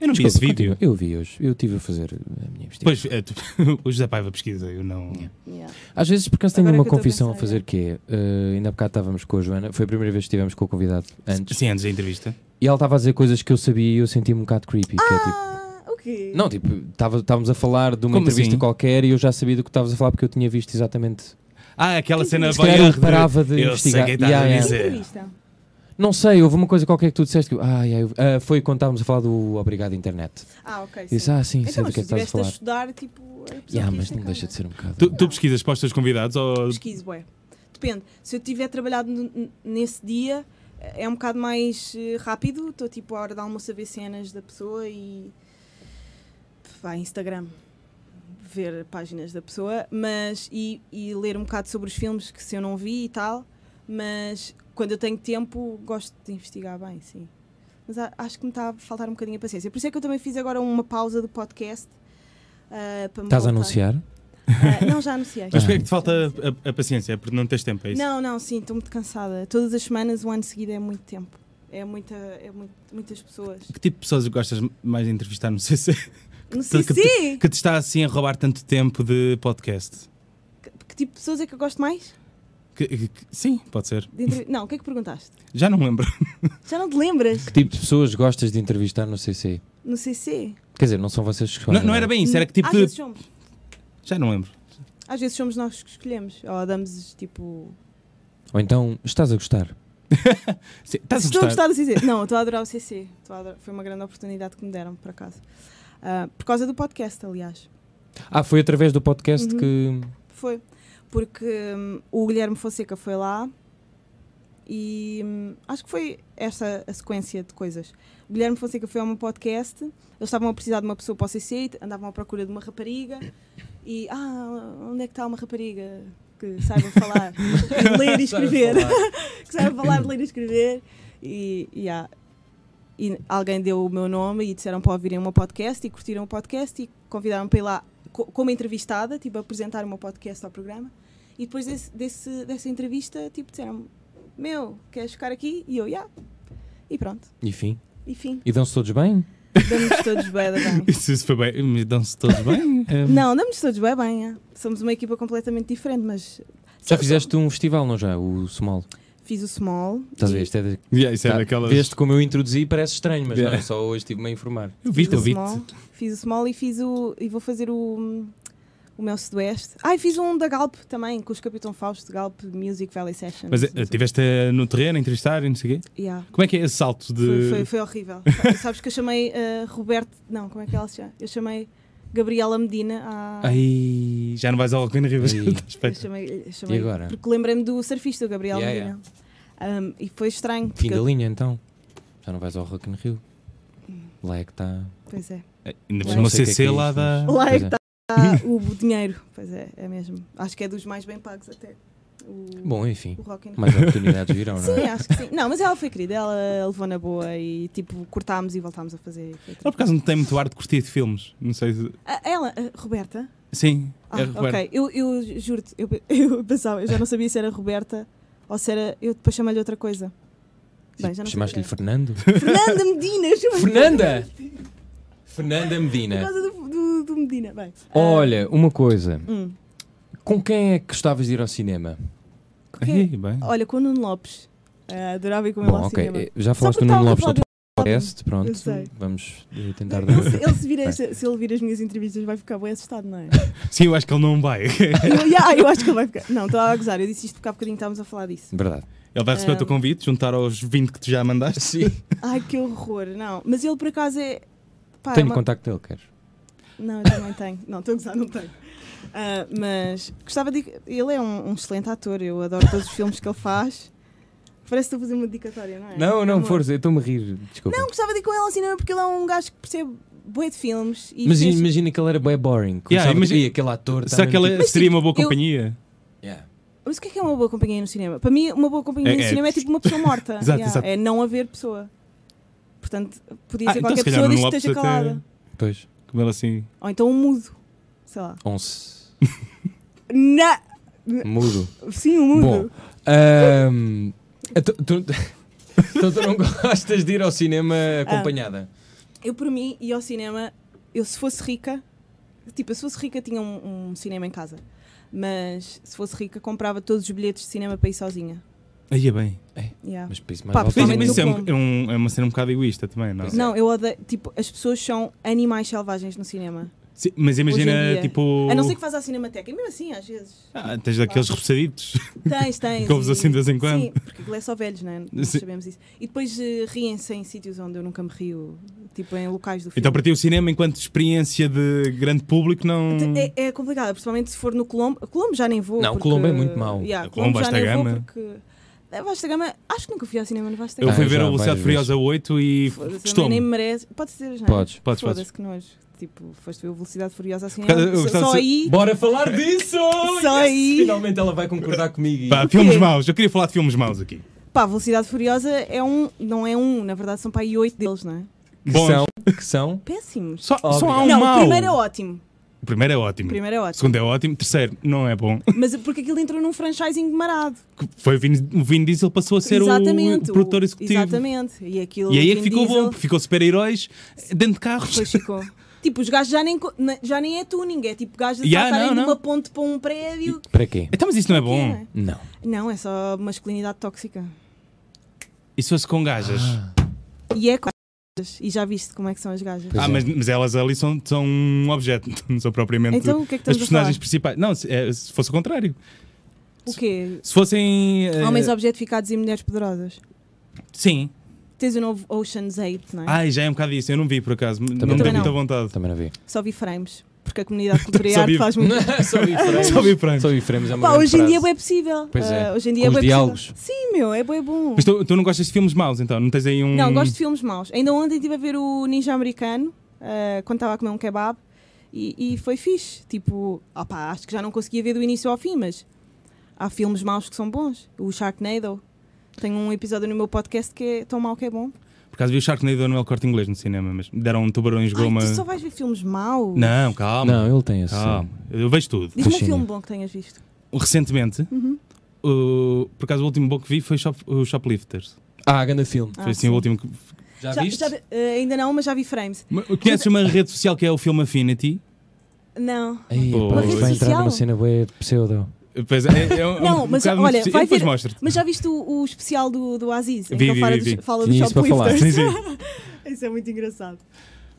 Speaker 1: Eu não vi esse vídeo.
Speaker 2: Eu vi hoje. Eu estive a fazer a minha investigação.
Speaker 1: Pois, eh, é, tu- o José Paiva pesquisa, eu não.
Speaker 2: Yeah.
Speaker 3: Yeah.
Speaker 2: Às vezes, por acaso, tenho
Speaker 3: Agora
Speaker 2: uma
Speaker 3: que eu estou a
Speaker 2: confissão a,
Speaker 3: pensar,
Speaker 2: fazer que é. eh, ainda há bocado estávamos com a Joana. Foi a primeira vez que estivemos com o convidado antes.
Speaker 1: Sim, antes da entrevista.
Speaker 2: E ela estava a dizer coisas que eu sabia e eu senti um bocado creepy. que é tipo.
Speaker 3: Ah, o quê?
Speaker 2: Não, tipo, estava- estávamos a falar de uma
Speaker 1: Como
Speaker 2: entrevista
Speaker 1: assim?
Speaker 2: qualquer e eu já sabia do que estavas a falar porque eu tinha visto exatamente.
Speaker 1: Ah, aquela cena
Speaker 2: Se calhar eu
Speaker 1: voyeur
Speaker 2: reparava de
Speaker 1: Eu sei
Speaker 2: investigar.
Speaker 1: quem está
Speaker 2: Yeah,
Speaker 1: a
Speaker 2: yeah.
Speaker 3: Que
Speaker 1: dizer.
Speaker 3: entrevista?
Speaker 2: Não sei, houve uma coisa qualquer que tu disseste que. Ah, yeah, eu- ah, foi quando estávamos a falar do Obrigado Internet.
Speaker 3: Ah, ok.
Speaker 2: Eu
Speaker 3: Sim.
Speaker 2: disse, ah, sim, sei
Speaker 3: então,
Speaker 2: do
Speaker 3: mas
Speaker 2: que
Speaker 3: tu
Speaker 2: é que estás a
Speaker 3: estiveste a,
Speaker 2: falar.
Speaker 3: estudar, tipo. a pessoa
Speaker 2: Yeah,
Speaker 3: que
Speaker 2: mas
Speaker 3: isto
Speaker 2: não deixa
Speaker 3: acaba.
Speaker 2: de ser um bocado.
Speaker 1: Tu, tu pesquisas para os teus convidados ou.
Speaker 3: pesquiso, ué. Depende. Se eu tiver trabalhado n- n- nesse dia, é um bocado mais eh, rápido. Estou tipo à hora de almoço a ver cenas da pessoa e. Vai, Instagram. Ver páginas da pessoa, mas. E, e ler um bocado sobre os filmes que se eu não vi e tal. Mas quando eu tenho tempo, gosto de investigar bem, sim. Mas a- acho que me está a faltar um bocadinho a paciência. Por isso é que eu também fiz agora uma pausa do podcast. ah, para me
Speaker 2: Estás a
Speaker 3: voltar.
Speaker 2: anunciar?
Speaker 3: Ah, não, já anunciei.
Speaker 1: Mas porquê é que te falta a, a- a paciência? É porque não tens tempo, é isso?
Speaker 3: Não, não, sim, estou muito cansada. Todas as semanas, um ano seguido é muito tempo. É, muita, é muito- muitas pessoas.
Speaker 1: Que tipo de pessoas gostas mais de entrevistar no CC?
Speaker 3: No
Speaker 1: te-
Speaker 3: CC!
Speaker 1: Que,
Speaker 3: Que,
Speaker 1: te está assim a roubar tanto tempo de podcast?
Speaker 3: que tipo de pessoas é que eu gosto mais?
Speaker 1: Que- que- que- sim, pode ser.
Speaker 3: De entrev- Não, o que é que perguntaste?
Speaker 1: Já não lembro.
Speaker 3: Já não te lembras?
Speaker 2: Que tipo de pessoas gostas de entrevistar no CC?
Speaker 3: No CC?
Speaker 2: Quer dizer, não é. são vocês que escolhem.
Speaker 1: Não, não era bem isso, era que tipo
Speaker 3: Às
Speaker 1: de.
Speaker 3: vezes somos.
Speaker 1: Já não lembro.
Speaker 3: Às vezes somos nós que escolhemos. Ou damos tipo.
Speaker 2: Ou então, estás a gostar?
Speaker 1: Sim, Estás a
Speaker 3: Estou a
Speaker 1: gostar?
Speaker 3: gostar do CC. Não, estou a adorar o CC. Estou a adorar- Foi uma grande oportunidade que me deram, por acaso. Ah, por causa do podcast, aliás.
Speaker 2: Ah, foi através do podcast
Speaker 3: Uhum.
Speaker 2: que.
Speaker 3: Foi. Porque hum, o Guilherme Fonseca foi lá e hum, acho que foi esta a sequência de coisas. O Guilherme Fonseca foi a um podcast, eles estavam a precisar de uma pessoa para o CC, e andavam à procura de uma rapariga e ah, onde é que está uma rapariga que saiba falar, ler e escrever? que saiba falar, ler e escrever. E, e, há- e alguém deu o meu nome e disseram para ouvirem o meu podcast e curtiram o podcast e convidaram para ir lá co- como entrevistada, tipo, a apresentar o meu podcast ao programa. E depois desse, desse- dessa entrevista, tipo, disseram meu, queres ficar aqui? E eu, já. E pronto.
Speaker 2: Enfim.
Speaker 3: Enfim,
Speaker 2: E dão-se todos bem?
Speaker 3: damos todos bem, bem.
Speaker 1: Isso, isso foi bem. Me dão-se todos bem? Eh,
Speaker 3: Não, damos todos bem, bem. é. Somos uma equipa completamente diferente, mas...
Speaker 2: Já fizeste um festival, não já? O Somal.
Speaker 3: Fiz o small.
Speaker 2: Estás a
Speaker 3: e-
Speaker 2: ver? Isto é de-
Speaker 1: yeah, isso é
Speaker 2: Tá,
Speaker 1: daquelas.
Speaker 2: Veste como eu introduzi parece estranho, mas
Speaker 1: Yeah.
Speaker 2: não, só hoje estive-me a informar.
Speaker 1: Eu vi-te, eu vi-te.
Speaker 3: fiz o small, fiz o small e fiz o e vou fazer o o meu sudoeste. Ah, e fiz um da Galp também, com os Capitão Fausto Galp Music Valley Session.
Speaker 1: Mas eh, tipo, estiveste no terreno a entrevistar e não sei o quê?
Speaker 3: Yeah.
Speaker 1: Como é que é esse salto de.
Speaker 3: Foi, foi, foi horrível. Sabes que eu chamei eh, Roberto, não, como é que ela se chama? Eu chamei Gabriela Medina à
Speaker 1: Ai, já não vais ao Rock in Rio, mas
Speaker 2: Ai.
Speaker 1: estás
Speaker 3: eu
Speaker 1: feito.
Speaker 3: chamei, eu chamei-
Speaker 2: E agora?
Speaker 3: porque lembrei-me do surfista, o Gabriel
Speaker 2: Yeah,
Speaker 3: Medina. Um, e foi estranho,
Speaker 2: Fim
Speaker 3: porque,
Speaker 2: da linha, então. Já não vais ao Rock in Rio.
Speaker 3: Hum.
Speaker 2: Lá é que está.
Speaker 3: pois é.
Speaker 1: Ainda por cima,
Speaker 3: Não
Speaker 2: sei o que é que é
Speaker 1: CC
Speaker 2: isso,
Speaker 1: lá da.
Speaker 2: mas-
Speaker 3: Lá é
Speaker 2: Pois
Speaker 3: que
Speaker 2: é.
Speaker 3: está o dinheiro, pois é, é mesmo. Acho que é dos mais bem pagos até. O,
Speaker 2: Bom, enfim.
Speaker 3: o Rock in Rio.
Speaker 2: Mais oportunidades virão, não é?
Speaker 3: Sim, acho que sim. Não, mas ela foi querida, ela levou na boa e tipo cortámos e voltámos a fazer. Foi tudo.
Speaker 1: Ela por acaso não tem muito ar de curtir de filmes. Não sei se.
Speaker 3: Ah, Ela, ah, Roberta?
Speaker 1: Sim,
Speaker 3: Ah,
Speaker 1: é Roberto.
Speaker 3: ok. Eu, eu juro-te, eu, eu pensava, eu já não sabia se era Roberta ou se era. Eu depois chamei-lhe outra coisa. Bem, já não
Speaker 2: Chamaste-lhe
Speaker 3: sabia.
Speaker 2: Fernando?
Speaker 3: Fernanda Medina, eu chamei
Speaker 2: Fernanda! Fernanda
Speaker 3: por
Speaker 2: Medina.
Speaker 3: causa do, do, do Medina. Bem, ah,
Speaker 2: Olha, uma coisa.
Speaker 3: hum,
Speaker 2: Com quem é que gostavas de ir ao cinema?
Speaker 3: ok.
Speaker 1: Ai, bem.
Speaker 3: Olha, com o Nuno Lopes. Ah, adorava ir com ele
Speaker 2: Bom,
Speaker 3: ao
Speaker 2: ok.
Speaker 3: cinema.
Speaker 2: eh, Já falaste do
Speaker 3: porque
Speaker 2: Nuno
Speaker 3: estava a
Speaker 2: Lopes
Speaker 3: falar
Speaker 2: no
Speaker 3: dele.
Speaker 2: podcast, pronto.
Speaker 3: Eu sei.
Speaker 2: Vamos eh, tentar dar.
Speaker 3: Ele, se- ele se, vir esta- se ele vir as minhas entrevistas, vai ficar bem assustado, não é?
Speaker 1: Sim, eu acho que ele não vai. ele
Speaker 3: Eu, yeah, eu acho que ele vai ficar. Não, estou a gozar. Eu disse isto porque há bocadinho estávamos a falar disso.
Speaker 2: Verdade.
Speaker 1: vai receber o teu
Speaker 3: Ah.
Speaker 1: convite, juntar aos 20 que tu já mandaste.
Speaker 2: Sim.
Speaker 3: Ai, que horror, não. Mas ele por acaso é. Pá, é
Speaker 2: Tenho
Speaker 3: uma-
Speaker 2: contacto dele, queres?
Speaker 3: Não, eu também tenho. Não, estou a gozar, não tenho. Ah, mas gostava de. Ele é um, um excelente ator, eu adoro todos os filmes que ele faz. Parece que estou a fazer uma dedicatória, não é?
Speaker 2: Não, não,
Speaker 3: Amor.
Speaker 2: força, eu estou-me a rir. Desculpa.
Speaker 3: Não, gostava de ir com ele ao cinema porque ele é um gajo que percebe bué de filmes. E
Speaker 2: Mas
Speaker 3: fez-
Speaker 2: imagina que ele era bem boring.
Speaker 1: Yeah,
Speaker 2: Começava-
Speaker 1: imagina-
Speaker 2: E aquele ator.
Speaker 1: Será que
Speaker 2: também,
Speaker 1: ela
Speaker 2: tipo-
Speaker 1: seria uma boa
Speaker 3: eu-
Speaker 1: companhia?
Speaker 2: Yeah.
Speaker 3: Mas o que é que é uma boa companhia no cinema? Para mim, uma boa companhia
Speaker 1: É-
Speaker 3: no
Speaker 1: é-
Speaker 3: cinema é tipo uma pessoa morta.
Speaker 1: Exato,
Speaker 3: Yeah,
Speaker 1: exato.
Speaker 3: É não haver pessoa. Portanto, podia
Speaker 1: Ah,
Speaker 3: ser
Speaker 1: então se
Speaker 3: qualquer
Speaker 1: calhar
Speaker 3: pessoa
Speaker 1: o Nuno
Speaker 3: desde que esteja
Speaker 1: Lopes até-
Speaker 3: calada.
Speaker 2: Pois.
Speaker 1: Como ela assim.
Speaker 3: Ou então um mudo. Sei lá.
Speaker 2: Onze.
Speaker 3: Na...
Speaker 2: Mudo.
Speaker 3: Sim, um o
Speaker 2: Bom.
Speaker 3: mundo.
Speaker 2: ahm, então, tu, então tu não gostas de ir ao cinema acompanhada?
Speaker 3: Eu, por mim, ia ao cinema. Eu, se fosse rica, tipo, eu, se fosse rica, tinha um, um cinema em casa. Mas se fosse rica, comprava todos os bilhetes de cinema para ir sozinha.
Speaker 1: Aí é bem.
Speaker 3: Yeah.
Speaker 2: Mas para isso mais
Speaker 3: Pá,
Speaker 2: vale
Speaker 1: Mas,
Speaker 3: Principalmente
Speaker 1: mas
Speaker 2: fazer
Speaker 1: isso é,
Speaker 3: no
Speaker 1: um-
Speaker 3: Colombo.
Speaker 1: é um- é uma cena um bocado egoísta também, não?
Speaker 3: não, eu odeio. Tipo, as pessoas são animais selvagens no cinema.
Speaker 1: Sim, mas
Speaker 3: Hoje em
Speaker 1: imagina,
Speaker 3: dia.
Speaker 1: tipo.
Speaker 3: A não ser que faz à cinemateca. E mesmo assim, às vezes.
Speaker 1: Ah, tens daqueles repoussaditos.
Speaker 3: Tens, tens.
Speaker 1: Que ouves
Speaker 3: e-
Speaker 1: assim de vez em quando.
Speaker 3: Sim, porque aquilo é só velhos, não é? Nós
Speaker 1: Sim.
Speaker 3: sabemos isso. E depois eh, riem-se em sítios onde eu nunca me rio. Tipo, em locais do filme.
Speaker 1: Então, para ti, o cinema, enquanto experiência de grande público, não.
Speaker 3: É, é complicado, principalmente se for no Colombo. Colombo já nem vou.
Speaker 2: Hum. Não,
Speaker 3: porque...
Speaker 2: Colombo é muito mau.
Speaker 3: Yeah,
Speaker 1: Colombo,
Speaker 3: Colombo, já
Speaker 1: Vasta
Speaker 3: nem
Speaker 1: Gama.
Speaker 3: vou porque. É, Vasta Gama, acho que nunca fui ao cinema no Vasta
Speaker 1: Eu
Speaker 3: Gama.
Speaker 1: fui
Speaker 2: Ah,
Speaker 1: ver
Speaker 2: já,
Speaker 1: a Velocidade
Speaker 2: várias
Speaker 1: Furiosa 8 e
Speaker 3: Foda-se,
Speaker 1: gostou
Speaker 3: nem
Speaker 1: me
Speaker 3: me merece. Pode ser, já.
Speaker 2: Podes.
Speaker 1: Podes, podes.
Speaker 3: Foda-se que nojo. Tipo, foste ver a Velocidade Furiosa assim.
Speaker 1: causa- eu gostava
Speaker 3: Só
Speaker 1: de ser-
Speaker 3: aí.
Speaker 2: Bora falar disso!
Speaker 3: Só aí.
Speaker 2: Finalmente ela vai concordar comigo.
Speaker 1: Pá, filmes maus. Eu queria falar de filmes maus aqui.
Speaker 3: Pá, Velocidade Furiosa é um. Não é um, na verdade são para aí oito deles, não é?
Speaker 2: Que
Speaker 1: Bons.
Speaker 2: são, que são.
Speaker 3: Péssimos.
Speaker 1: Só, só há um
Speaker 3: não,
Speaker 1: mau.
Speaker 3: o primeiro é ótimo.
Speaker 1: O primeiro é ótimo.
Speaker 3: O primeiro é
Speaker 1: O
Speaker 3: ótimo.
Speaker 1: segundo é ótimo. O terceiro não é bom.
Speaker 3: Mas porque aquilo entrou num franchising marado.
Speaker 1: Foi o Vin, o Vin Diesel passou a ser o-
Speaker 3: exatamente.
Speaker 1: o produtor executivo.
Speaker 3: Exatamente. E aquilo.
Speaker 1: E aí é
Speaker 3: Vin
Speaker 1: que ficou
Speaker 3: Diesel-
Speaker 1: bom, porque ficou super-heróis dentro de carros.
Speaker 3: Pois ficou. Tipo, os gajos já nem, co- na- já nem é tuning, é tipo gajos a
Speaker 1: Yeah,
Speaker 3: saltarem
Speaker 1: não,
Speaker 3: de
Speaker 1: não.
Speaker 3: uma ponte para um prédio.
Speaker 2: Para quê?
Speaker 1: Então, mas isso não é bom.
Speaker 3: É.
Speaker 2: Não.
Speaker 3: Não, é só masculinidade tóxica.
Speaker 1: E se fosse com gajas?
Speaker 2: Ah,
Speaker 3: E é com gajas. E já viste como é que são as gajas.
Speaker 2: Pois
Speaker 1: Ah,
Speaker 2: é.
Speaker 1: mas, mas elas ali são, são um objeto, não são propriamente
Speaker 3: Então o que é que
Speaker 1: as
Speaker 3: estamos a falar?
Speaker 1: personagens principais. Não, se, é, se fosse o contrário.
Speaker 3: O quê?
Speaker 1: Se fossem.
Speaker 2: É.
Speaker 1: eh,
Speaker 3: Homens objetificados e mulheres poderosas.
Speaker 1: Sim.
Speaker 3: Tens o novo Ocean's 8,
Speaker 2: Ah.
Speaker 3: não é?
Speaker 1: Ai, já é um bocado isso, eu não vi por acaso. não
Speaker 2: Também
Speaker 1: me dei
Speaker 3: não.
Speaker 1: muita vontade.
Speaker 2: Também não vi.
Speaker 3: Só vi frames. Porque a comunidade coreana
Speaker 1: vi-
Speaker 3: faz muito.
Speaker 2: Só vi frames.
Speaker 1: Só vi frames.
Speaker 2: Só vi frames, é uma
Speaker 3: Pá,
Speaker 2: grande
Speaker 3: hoje em dia é
Speaker 2: frase.
Speaker 3: bem possível.
Speaker 2: Pois é.
Speaker 3: Ah, hoje em dia
Speaker 2: Com
Speaker 3: é
Speaker 2: os
Speaker 3: bué
Speaker 2: diálogos.
Speaker 3: possível. Sim, meu, é bem bom.
Speaker 1: Mas tu, tu não gostas de filmes maus então? Não tens aí um.
Speaker 3: Não, gosto de filmes maus. Ainda ontem estive a ver o Ninja Americano, ah, quando estava a comer um kebab, e, e foi fixe. Tipo, opá, acho que já não conseguia ver do início ao fim, mas há filmes maus que são bons. O Sharknado. Tenho um episódio no meu podcast que é tão mau que é bom.
Speaker 1: Por acaso vi o Sharknado no El Corte Inglês no cinema, mas deram um tubarões goma.
Speaker 3: Ai, tu só vais ver filmes maus?
Speaker 1: Não,
Speaker 3: é
Speaker 1: calma.
Speaker 2: Não, ele tem esse.
Speaker 1: calma. Eu vejo tudo.
Speaker 3: Diz-me um
Speaker 2: Puxinha.
Speaker 3: filme bom que tenhas visto.
Speaker 1: Recentemente,
Speaker 3: Uhum.
Speaker 1: o- por acaso o último bom que vi foi Shop- o Shoplifters.
Speaker 2: Ah, grande filme.
Speaker 3: Ah,
Speaker 1: foi assim
Speaker 3: sim.
Speaker 1: o último que.
Speaker 2: Já,
Speaker 3: Já-
Speaker 2: viste?
Speaker 3: já vi- ah, ainda não, mas já vi frames.
Speaker 1: Ma- Conheces uma rede social que é o filme Affinity?
Speaker 3: Não.
Speaker 2: Ei,
Speaker 1: Pô,
Speaker 2: pá,
Speaker 1: Uma
Speaker 2: isto
Speaker 1: rede
Speaker 2: vai entrar
Speaker 3: social?
Speaker 2: numa cena bué pseudo.
Speaker 1: Pois é, é um,
Speaker 3: Não,
Speaker 1: um
Speaker 3: mas
Speaker 1: bocado
Speaker 3: olha,
Speaker 1: muito-
Speaker 3: vai
Speaker 1: Eu depois
Speaker 3: ver-
Speaker 1: mostro-te.
Speaker 3: Mas já viste o, o especial do, do Aziz? Em
Speaker 1: Vi,
Speaker 3: que ele
Speaker 1: vi,
Speaker 3: fala
Speaker 1: vi,
Speaker 3: dos-
Speaker 1: vi.
Speaker 3: fala dos
Speaker 2: Tinha isso para falar.
Speaker 3: shoplifters.
Speaker 1: Sim, sim.
Speaker 3: Isso é muito engraçado.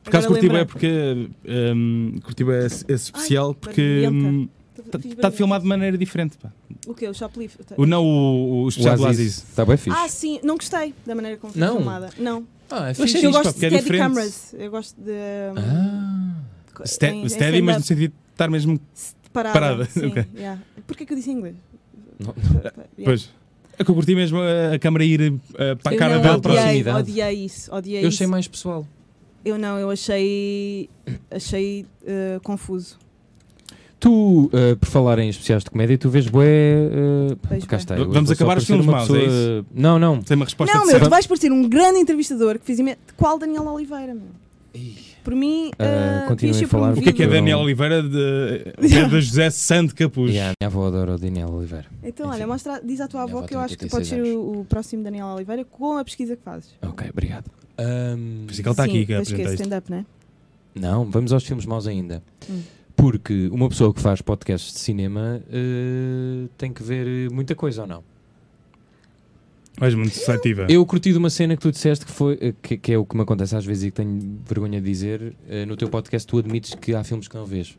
Speaker 1: Por acaso
Speaker 3: Agora
Speaker 1: curti
Speaker 3: lembrei-
Speaker 1: bem porque hum, curti bem esse, esse especial porque
Speaker 3: barulhenta. Fiz
Speaker 1: está
Speaker 3: barulho.
Speaker 1: Tá, filmado de maneira diferente. Pá.
Speaker 3: O que? O shoplifter?
Speaker 1: O, não o, o especial do Aziz.
Speaker 2: Está bem Tá fixe.
Speaker 3: Ah, sim, não gostei da maneira como foi
Speaker 2: Não?
Speaker 3: filmada. Não.
Speaker 2: Ah, é
Speaker 1: Eu achei
Speaker 3: Eu
Speaker 1: fixe, pá,
Speaker 3: gosto de
Speaker 1: porque é
Speaker 3: steady
Speaker 1: diferente.
Speaker 3: cameras. Eu gosto de. hum,
Speaker 2: Ah.
Speaker 3: co-
Speaker 1: Ste-
Speaker 3: em- em
Speaker 1: steady, mas no
Speaker 3: stand-up.
Speaker 1: sentido de estar mesmo.
Speaker 3: parada.
Speaker 1: parada,
Speaker 3: Sim,
Speaker 1: ok.
Speaker 3: yeah. Porquê que eu disse em inglês?
Speaker 2: Não.
Speaker 3: Yeah.
Speaker 1: Pois. É que eu curti mesmo a, a câmera ir eh, para a
Speaker 3: Eu
Speaker 1: cara
Speaker 3: não,
Speaker 1: dele.
Speaker 2: para a
Speaker 3: odiei,
Speaker 2: proximidade.
Speaker 3: odiei isso, odiei
Speaker 2: Eu
Speaker 3: isso.
Speaker 2: achei mais pessoal.
Speaker 3: Eu não, eu achei, achei eh, confuso.
Speaker 2: Tu, eh, por falar em especiais de comédia, tu vês bué. eh,
Speaker 3: Pois
Speaker 2: cá
Speaker 3: bem.
Speaker 2: está.
Speaker 1: V-
Speaker 2: eu vou
Speaker 1: vamos
Speaker 2: só
Speaker 1: acabar os
Speaker 2: parecer
Speaker 1: filmes
Speaker 2: uma
Speaker 1: maus, é
Speaker 2: Não, não.
Speaker 1: Tem uma resposta
Speaker 3: não,
Speaker 1: de
Speaker 3: meu,
Speaker 1: certo.
Speaker 3: tu vais parecer um grande entrevistador que fiz imen- Qual Daniel Oliveira, meu? Por mim,
Speaker 2: Ah,
Speaker 3: eh,
Speaker 2: continuem
Speaker 3: devias ser
Speaker 2: a falar.
Speaker 1: O que é que é
Speaker 2: Eu-
Speaker 1: Daniel Oliveira de, o que é de José Santo Capuz?
Speaker 2: Yeah, a minha avó adora o Daniel Oliveira.
Speaker 3: Então,
Speaker 2: Enfim.
Speaker 3: olha, mostra, diz à tua
Speaker 2: Minha
Speaker 3: avó
Speaker 2: avó
Speaker 3: que eu
Speaker 2: tem
Speaker 3: acho que pode
Speaker 2: 86
Speaker 3: ser o, o próximo Daniel Oliveira com a pesquisa que fazes.
Speaker 2: Ok, obrigado.
Speaker 1: Por isso é que ele está
Speaker 3: Sim,
Speaker 1: aqui que
Speaker 3: mas que é
Speaker 1: apresentar isto.
Speaker 3: stand-up, né?
Speaker 2: Não, vamos aos filmes maus ainda.
Speaker 3: Hum.
Speaker 2: Porque uma pessoa que faz podcasts de cinema eh, tem que ver muita coisa ou não?
Speaker 1: Mas muito seletiva.
Speaker 2: Eu curti de uma cena que tu disseste que, foi, eh, que, que é o que me acontece às vezes e que tenho vergonha de dizer. eh, no teu podcast, tu admites que há filmes que não vês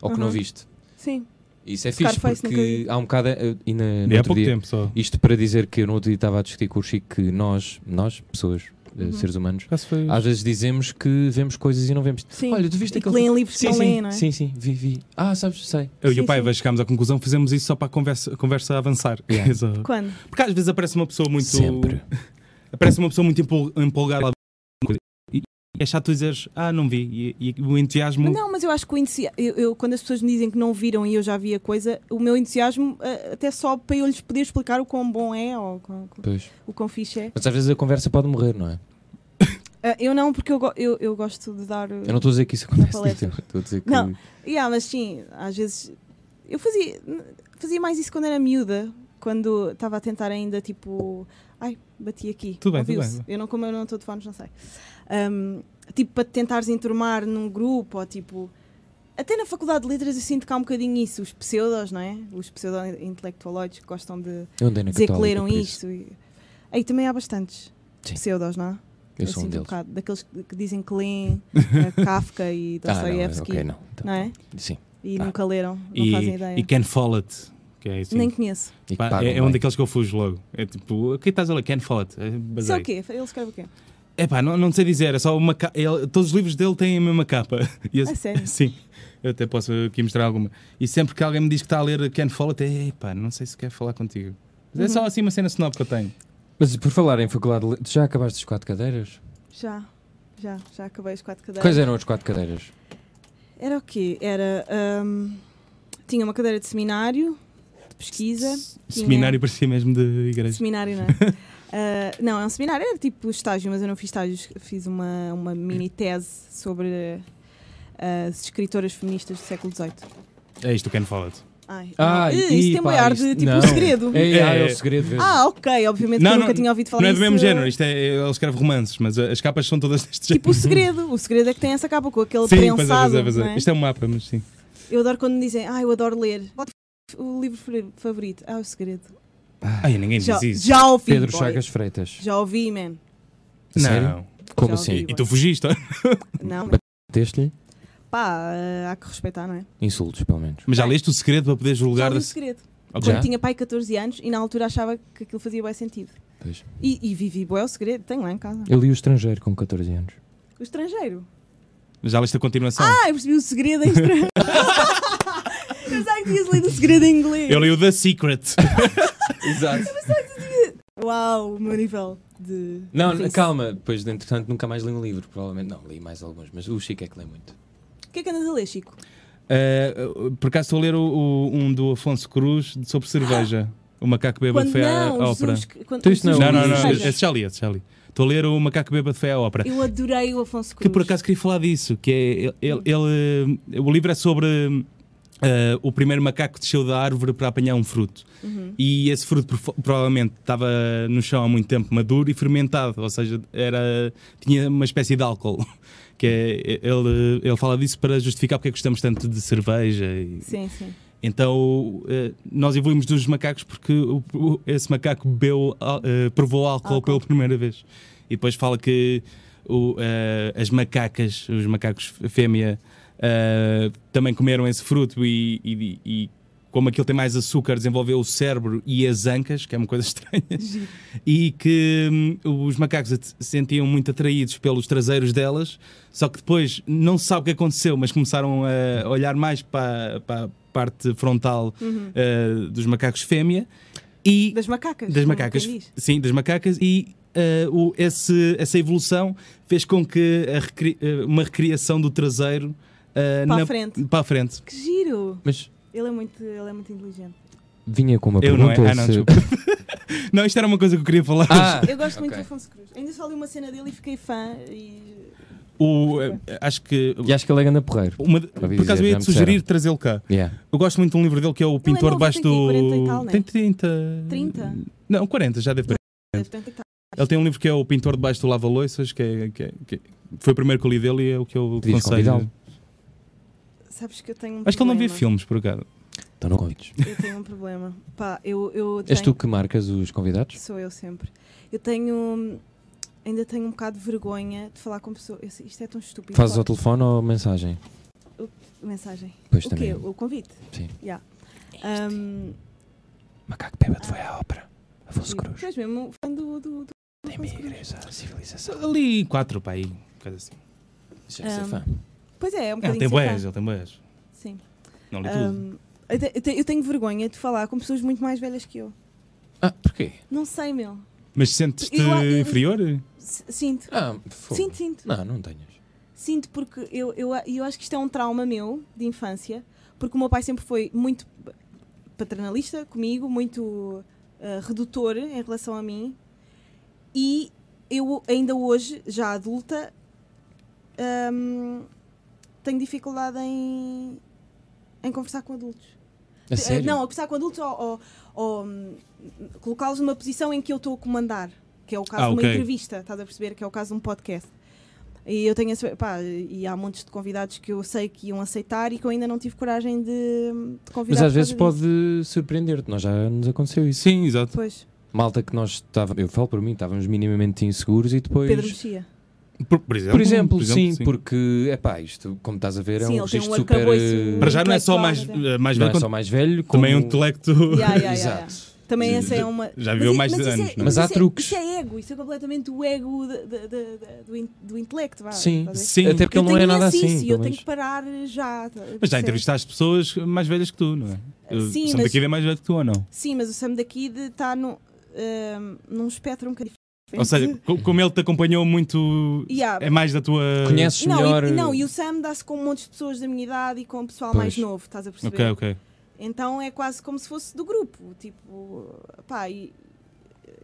Speaker 2: ou que não
Speaker 3: Uhum.
Speaker 2: viste.
Speaker 3: Sim.
Speaker 2: Isso é fixe
Speaker 3: Scarface nunca
Speaker 2: porque
Speaker 3: vi.
Speaker 2: há um bocado. eh, e na, no
Speaker 1: E É há
Speaker 2: outro
Speaker 1: pouco
Speaker 2: dia,
Speaker 1: tempo só.
Speaker 2: Isto para dizer que eu no outro dia estava a discutir com o Chico que nós, nós, pessoas, eh,
Speaker 3: Uhum.
Speaker 2: seres humanos,
Speaker 1: Acaso foi-
Speaker 2: às vezes dizemos que vemos coisas e não vemos.
Speaker 3: Sim.
Speaker 2: Olha, tu viste
Speaker 3: E que
Speaker 2: aquele.
Speaker 3: leem livros que
Speaker 2: Sim,
Speaker 3: não
Speaker 2: sim,
Speaker 3: leem, não é?
Speaker 2: sim, sim, vi, vi. Ah, sabes, sei.
Speaker 1: Eu e
Speaker 3: Sim,
Speaker 1: o Paiva
Speaker 3: sim.
Speaker 1: chegámos à conclusão, fizemos isso só para a conversa, a conversa avançar.
Speaker 2: Yeah.
Speaker 1: Só-
Speaker 3: Quando?
Speaker 1: Porque às vezes aparece uma pessoa muito.
Speaker 2: Sempre.
Speaker 1: Aparece uma pessoa muito empol- empolgada a ver uma coisa. e e é chato tu dizeres, ah, não vi. E, e o entusiasmo.
Speaker 3: Mas não, mas eu acho que o entusiasmo. Eu, eu- quando as pessoas me dizem que não viram e eu já vi a coisa, o meu entusiasmo eh, até só para eu lhes poder explicar o quão bom é ou quão-
Speaker 2: Pois.
Speaker 3: o quão fixe é.
Speaker 2: Mas às vezes a conversa pode morrer, não é?
Speaker 3: Ah, eu não, porque eu, go- eu, eu gosto de dar. eh,
Speaker 2: Eu não estou a dizer que isso acontece.
Speaker 3: palestra.
Speaker 2: eu Estou a dizer que.
Speaker 3: Não. Yeah, mas sim, às vezes eu fazia, fazia mais isso quando era miúda, quando estava a tentar ainda tipo, ai, bati aqui.
Speaker 1: Tudo bem,
Speaker 3: ouviu-se.
Speaker 1: tudo
Speaker 3: Eu não como eu não estou de fones, não sei. Ahm, tipo para te tentares enturmar num grupo ou tipo até na faculdade de letras eu sinto que há um bocadinho isso, os pseudos, não é? Os pseudo-intelectualóides que gostam de
Speaker 2: Eu andei na
Speaker 3: dizer que
Speaker 2: Católica,
Speaker 3: leram
Speaker 2: por isso.
Speaker 3: isto. E... Aí também há bastantes
Speaker 2: Sim.
Speaker 3: pseudos, não é?
Speaker 2: Eu sou um
Speaker 3: sinto
Speaker 2: deles.
Speaker 3: bocado daqueles que que dizem que leem eh, Kafka e
Speaker 2: ah, não, é-
Speaker 3: Dostoiévski,
Speaker 2: ok, não. Então,
Speaker 3: não é?
Speaker 2: Sim.
Speaker 3: E
Speaker 2: Ah.
Speaker 3: nunca leram, não fazem
Speaker 1: Tá. E,
Speaker 3: ideia.
Speaker 1: e Can Fall It. Que é, assim.
Speaker 3: Nem conheço.
Speaker 2: E que
Speaker 1: Pá,
Speaker 2: pagam
Speaker 1: é, é um
Speaker 2: bem.
Speaker 1: daqueles que eu fujo logo. É tipo, o que estás a ler? Can Fall It. É,
Speaker 3: Isso é
Speaker 1: basei.
Speaker 3: o quê? Ele escreve o quê?
Speaker 1: É pá, não, não sei dizer. É só uma ca- ele- Todos os livros dele têm a mesma capa. E eu-
Speaker 3: A É sério?
Speaker 1: Sim. Eu até posso aqui mostrar alguma. E sempre que alguém me diz que está a ler Can Fall It, é pá, não sei se quer falar contigo. Mas
Speaker 3: Uhum.
Speaker 1: É só assim uma cena snob que eu tenho.
Speaker 2: Mas por falar em faculdade, de le- tu já acabaste as quatro cadeiras?
Speaker 3: Já, já, já acabei as quatro cadeiras.
Speaker 2: Quais eram as quatro cadeiras?
Speaker 3: Era o quê? Era. hum, tinha uma cadeira de seminário, de pesquisa. tinha-
Speaker 1: Seminário para si mesmo de igreja.
Speaker 3: Seminário, não é? Ah, não, é um seminário, era tipo estágio, mas eu não fiz estágios, fiz uma, uma mini tese sobre ah, as escritoras feministas do século XVIII.
Speaker 1: É isto o Ken Follett.
Speaker 3: Ai,
Speaker 2: Ah,
Speaker 3: não. Ih,
Speaker 2: e,
Speaker 3: isso tem
Speaker 2: pá,
Speaker 3: maior de
Speaker 2: isto-
Speaker 3: tipo
Speaker 2: não.
Speaker 3: o segredo.
Speaker 2: É, ah, é
Speaker 1: É.
Speaker 2: o segredo. vês.
Speaker 3: Ah, ok, obviamente que eu nunca tinha ouvido falar
Speaker 1: Não é do mesmo
Speaker 3: disso.
Speaker 1: género, isto é, ele escreve romances, mas as capas são todas deste
Speaker 3: Tipo o
Speaker 1: género.
Speaker 3: segredo. O segredo é que tem essa capa com aquele
Speaker 1: Sim, pois é,
Speaker 3: prensado.
Speaker 1: pois é, pois
Speaker 3: não
Speaker 1: é.
Speaker 3: é?
Speaker 1: Isto é um mapa, mas sim.
Speaker 3: Eu adoro quando me dizem, ah, eu adoro ler. Qual é O livro fa- favorito. Ah, o segredo.
Speaker 1: Ai, ninguém
Speaker 3: Já,
Speaker 1: diz isso.
Speaker 3: já ouvi.
Speaker 2: Pedro
Speaker 3: boy.
Speaker 2: Chagas Freitas.
Speaker 3: Já ouvi, man.
Speaker 2: Sério?
Speaker 1: Não.
Speaker 2: Como
Speaker 3: Já
Speaker 2: assim?
Speaker 3: ouvi.
Speaker 1: E tu fugiste, ó.
Speaker 3: Não,
Speaker 2: Mas- Teste-lhe
Speaker 3: pá, eh, há que respeitar, não é?
Speaker 2: insultos, pelo menos.
Speaker 1: mas já leste o segredo para poderes
Speaker 3: Já
Speaker 1: julgar.
Speaker 3: li o
Speaker 1: desse-
Speaker 3: segredo.
Speaker 1: Ok.
Speaker 2: Já?
Speaker 3: Quando tinha pai 14 anos e na altura achava que aquilo fazia bem sentido.
Speaker 2: Pois.
Speaker 3: E, e vivi bué o segredo, tenho lá em casa.
Speaker 2: Eu li o estrangeiro com 14 anos.
Speaker 3: O estrangeiro.
Speaker 1: Já leste a continuação?
Speaker 3: Ah, eu percebi o segredo em estrangeiro. eu sei que tinhas lido o segredo em inglês.
Speaker 1: Eu li o The Secret.
Speaker 2: Exato.
Speaker 3: Uau, o meu nível de.
Speaker 2: Não,
Speaker 3: de vício.
Speaker 2: calma, depois de entretanto nunca mais li um livro, provavelmente. Não, li mais alguns, mas o Chico é que lê muito.
Speaker 3: O que é que andas a ler, Chico?
Speaker 1: Uh, por acaso estou a ler o- o- um do Afonso Cruz de- sobre cerveja. O Macaco Bêbado foi à
Speaker 3: não,
Speaker 1: à ópera.
Speaker 3: Jesus, que- quando-
Speaker 2: Tu isto não-
Speaker 3: Jesus
Speaker 1: Não, não, não.
Speaker 3: Cristo.
Speaker 1: Esse já li, esse já li. Estou a ler o Macaco Bêbado foi à ópera.
Speaker 3: Eu adorei o Afonso Cruz.
Speaker 1: Que por acaso queria falar disso, que é ele, ele- ele, eh, o livro é sobre eh, o primeiro macaco que desceu da árvore para apanhar um fruto.
Speaker 3: Uhum.
Speaker 1: E esse fruto prova- provavelmente estava no chão há muito tempo, maduro e fermentado, ou seja, era, tinha uma espécie de álcool. Que é, ele, ele fala disso para justificar porque é que gostamos tanto de cerveja. e-
Speaker 3: Sim, sim.
Speaker 1: Então eh, nós evoluímos dos macacos porque o- o- esse macaco bebeu, al- eh, provou álcool,
Speaker 3: Álcool.
Speaker 1: pela primeira vez. E depois fala que o, eh, as macacas, os macacos fêmea, eh, também comeram esse fruto e, e- e como aquilo tem mais açúcar, desenvolveu o cérebro e as ancas, que é uma coisa estranha
Speaker 3: Giro.
Speaker 1: e que hum, os macacos at- se sentiam muito atraídos pelos traseiros delas, só que depois não se sabe o que aconteceu, mas começaram a olhar mais para, para a parte frontal eh, dos macacos fêmea e
Speaker 3: Das macacas.
Speaker 1: das
Speaker 3: como é
Speaker 1: macacas,
Speaker 3: quem diz.
Speaker 1: sim, das macacas e eh, o, esse- essa evolução fez com que a recri- eh, uma recriação do traseiro eh,
Speaker 3: Para a frente.
Speaker 1: para a frente.
Speaker 3: Que giro!
Speaker 2: Mas
Speaker 3: Ele é muito, ele é muito inteligente.
Speaker 2: vinha com uma
Speaker 1: Eu não é?
Speaker 2: pergunta.
Speaker 1: Ah, não,
Speaker 2: se-
Speaker 1: desculpa. não, isto era uma coisa que eu queria falar.
Speaker 2: Ah,
Speaker 3: Eu gosto muito do
Speaker 2: ok.
Speaker 3: Afonso Cruz. Ainda só li uma cena dele e fiquei fã. E...
Speaker 1: O, eh, acho que
Speaker 2: E acho que ele é ganda porreiro.
Speaker 1: Uma de-
Speaker 2: Ouvi
Speaker 1: por
Speaker 2: dizer,
Speaker 1: acaso eu
Speaker 2: já
Speaker 1: ia
Speaker 2: me
Speaker 1: te sugerir
Speaker 2: disseram.
Speaker 1: trazê-lo cá.
Speaker 2: Yeah.
Speaker 1: Eu gosto muito de um livro dele que é o Pintor
Speaker 3: novo,
Speaker 1: Debaixo
Speaker 3: tem aqui
Speaker 1: do.
Speaker 3: 40 e tal, né?
Speaker 1: Tem 30.
Speaker 3: 30?
Speaker 1: Não, 40, já deve ter.
Speaker 3: Deve ter tentado.
Speaker 1: Ele tem um livro que é o Pintor Debaixo do Lava Loiças, que, é, que, é- que é- foi o primeiro que eu li dele e é o que eu
Speaker 2: Podias
Speaker 1: aconselho.
Speaker 2: convidá-lo.
Speaker 3: Sabes que eu tenho um
Speaker 1: Acho que ele não vê
Speaker 3: problema.
Speaker 1: filmes, por acaso.
Speaker 2: Então não convides.
Speaker 3: Eu tenho um problema. Pá, eu, eu
Speaker 2: És tu
Speaker 3: tenho...
Speaker 2: que marcas os convidados?
Speaker 3: Sou eu sempre. Eu tenho. hum, Ainda tenho um bocado de vergonha de falar com pessoas. Eu sei- Isto é tão estúpido.
Speaker 2: Fazes ao
Speaker 3: Claro.
Speaker 2: telefone ou mensagem?
Speaker 3: Mensagem.
Speaker 2: Pois
Speaker 3: o
Speaker 2: também.
Speaker 3: quê? O convite?
Speaker 2: Sim. É
Speaker 3: Yeah. Um,
Speaker 2: Macaco Bêbado foi à ópera. Afonso Cruz.
Speaker 3: tu és mesmo um fã do. do, do
Speaker 2: Tem minha igreja, a civilização. Ah.
Speaker 1: Ali 4, pá, aí. uma coisa assim.
Speaker 2: Já ser
Speaker 3: Um,
Speaker 2: fã.
Speaker 3: Pois é, é um
Speaker 1: Ele
Speaker 3: bocadinho.
Speaker 1: Ah, tem
Speaker 3: sem
Speaker 1: boés,
Speaker 3: fã.
Speaker 1: ele tem boés.
Speaker 3: Sim.
Speaker 1: Não li tudo.
Speaker 3: Um, eu, te- eu te- eu tenho vergonha de falar com pessoas muito mais velhas que eu.
Speaker 2: Ah, porquê?
Speaker 3: Não sei, meu.
Speaker 1: Mas sentes-te
Speaker 3: eu- eu-
Speaker 1: inferior?
Speaker 3: S- Sinto.
Speaker 2: Ah, fogo.
Speaker 3: Sinto, sinto.
Speaker 2: Não, não tenhas.
Speaker 3: Sinto porque eu, eu, a- eu acho que isto é um trauma meu de infância, porque o meu pai sempre foi muito paternalista comigo, muito ah, redutor em relação a mim. E eu ainda hoje, já adulta, ahm, tenho dificuldade em, em conversar com adultos.
Speaker 2: A
Speaker 3: Eh,
Speaker 2: sério?
Speaker 3: Não, a conversar com adultos ou, ou- ou, hum, colocá-los numa posição em que eu estou a comandar, que é o caso
Speaker 1: Ah,
Speaker 3: de uma
Speaker 1: ok.
Speaker 3: entrevista, estás a perceber? Que é o caso de um podcast. E eu tenho essa. Pá, e há montes de convidados que eu sei que iam aceitar e que eu ainda não tive coragem de, de convidar.
Speaker 2: Mas às
Speaker 3: por
Speaker 2: vezes
Speaker 3: causa disso.
Speaker 2: pode surpreender-te. Nós já nos aconteceu isso.
Speaker 1: Sim, exato.
Speaker 3: Pois,
Speaker 2: Malta que nós estávamos, eu falo por mim, estávamos minimamente inseguros e depois.
Speaker 3: Pedro Mexia.
Speaker 1: Por, por exemplo,
Speaker 2: por exemplo, sim,
Speaker 1: sim.
Speaker 2: porque é pá, isto, como estás a ver, é
Speaker 3: Sim,
Speaker 2: um
Speaker 3: ele tem
Speaker 2: registro
Speaker 3: um
Speaker 2: super.
Speaker 3: arcabouço-
Speaker 2: eh,
Speaker 1: Para já não é só
Speaker 3: intelectual,
Speaker 1: mais,
Speaker 3: né?
Speaker 1: eh, mais
Speaker 2: não
Speaker 1: velho,
Speaker 2: é só mais velho, como...
Speaker 1: também é um intelecto.
Speaker 3: Yeah, yeah, yeah, yeah.
Speaker 2: Exato.
Speaker 3: Também essa é
Speaker 1: Já-
Speaker 3: uma.
Speaker 1: já viveu
Speaker 3: i-
Speaker 1: mais de
Speaker 3: isso
Speaker 1: anos,
Speaker 3: é,
Speaker 1: não é?
Speaker 2: Mas há
Speaker 3: isso é-
Speaker 2: truques.
Speaker 3: Isso é ego, isso é completamente o ego de- de- de- de- do, in- do intelecto. Vá,
Speaker 2: Sim,
Speaker 3: estás a ver?
Speaker 1: Sim.
Speaker 2: até porque
Speaker 3: Eu
Speaker 2: ele não
Speaker 3: tenho
Speaker 2: é nada
Speaker 3: imenso
Speaker 2: assim.
Speaker 3: isso e eu
Speaker 2: pelo
Speaker 3: tenho
Speaker 2: menos.
Speaker 3: que parar já. tá,
Speaker 1: Mas já
Speaker 3: percebes?
Speaker 1: entrevistaste pessoas mais velhas que tu, não é? Eu-
Speaker 3: Eh, Sim,
Speaker 1: Sam
Speaker 3: mas-
Speaker 1: daqui é mais velho que tu ou não?
Speaker 3: Sim, mas o Sam da Kid está num, ehm, num espectro um bocadinho diferente.
Speaker 1: Ou seja, co- como ele te acompanhou muito,
Speaker 3: Yeah.
Speaker 1: é eh, mais da tua.
Speaker 2: Conheces
Speaker 3: não,
Speaker 2: melhor.
Speaker 3: e, não, e o Sam dá-se com um monte de pessoas da minha idade e com o pessoal mais
Speaker 2: Pois.
Speaker 3: novo, estás a perceber?
Speaker 1: Ok, ok.
Speaker 3: Então é quase como se fosse do grupo, tipo, pá, e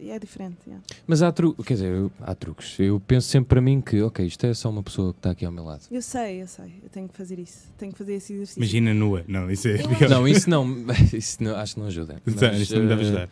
Speaker 3: é diferente. yeah.
Speaker 2: Mas há truques, quer dizer, eu- há truques. Eu penso sempre para mim que, ok, isto é só uma pessoa que está aqui ao meu lado.
Speaker 3: Eu sei, eu sei. Eu tenho que fazer isso. Tenho que fazer esse exercício.
Speaker 1: Imagina nua. Não, isso é
Speaker 4: Eu
Speaker 1: pior.
Speaker 2: Não, isso não, isso não- acho que não ajuda.
Speaker 1: Isso não- isso é não me deve
Speaker 2: eh,
Speaker 1: ajudar.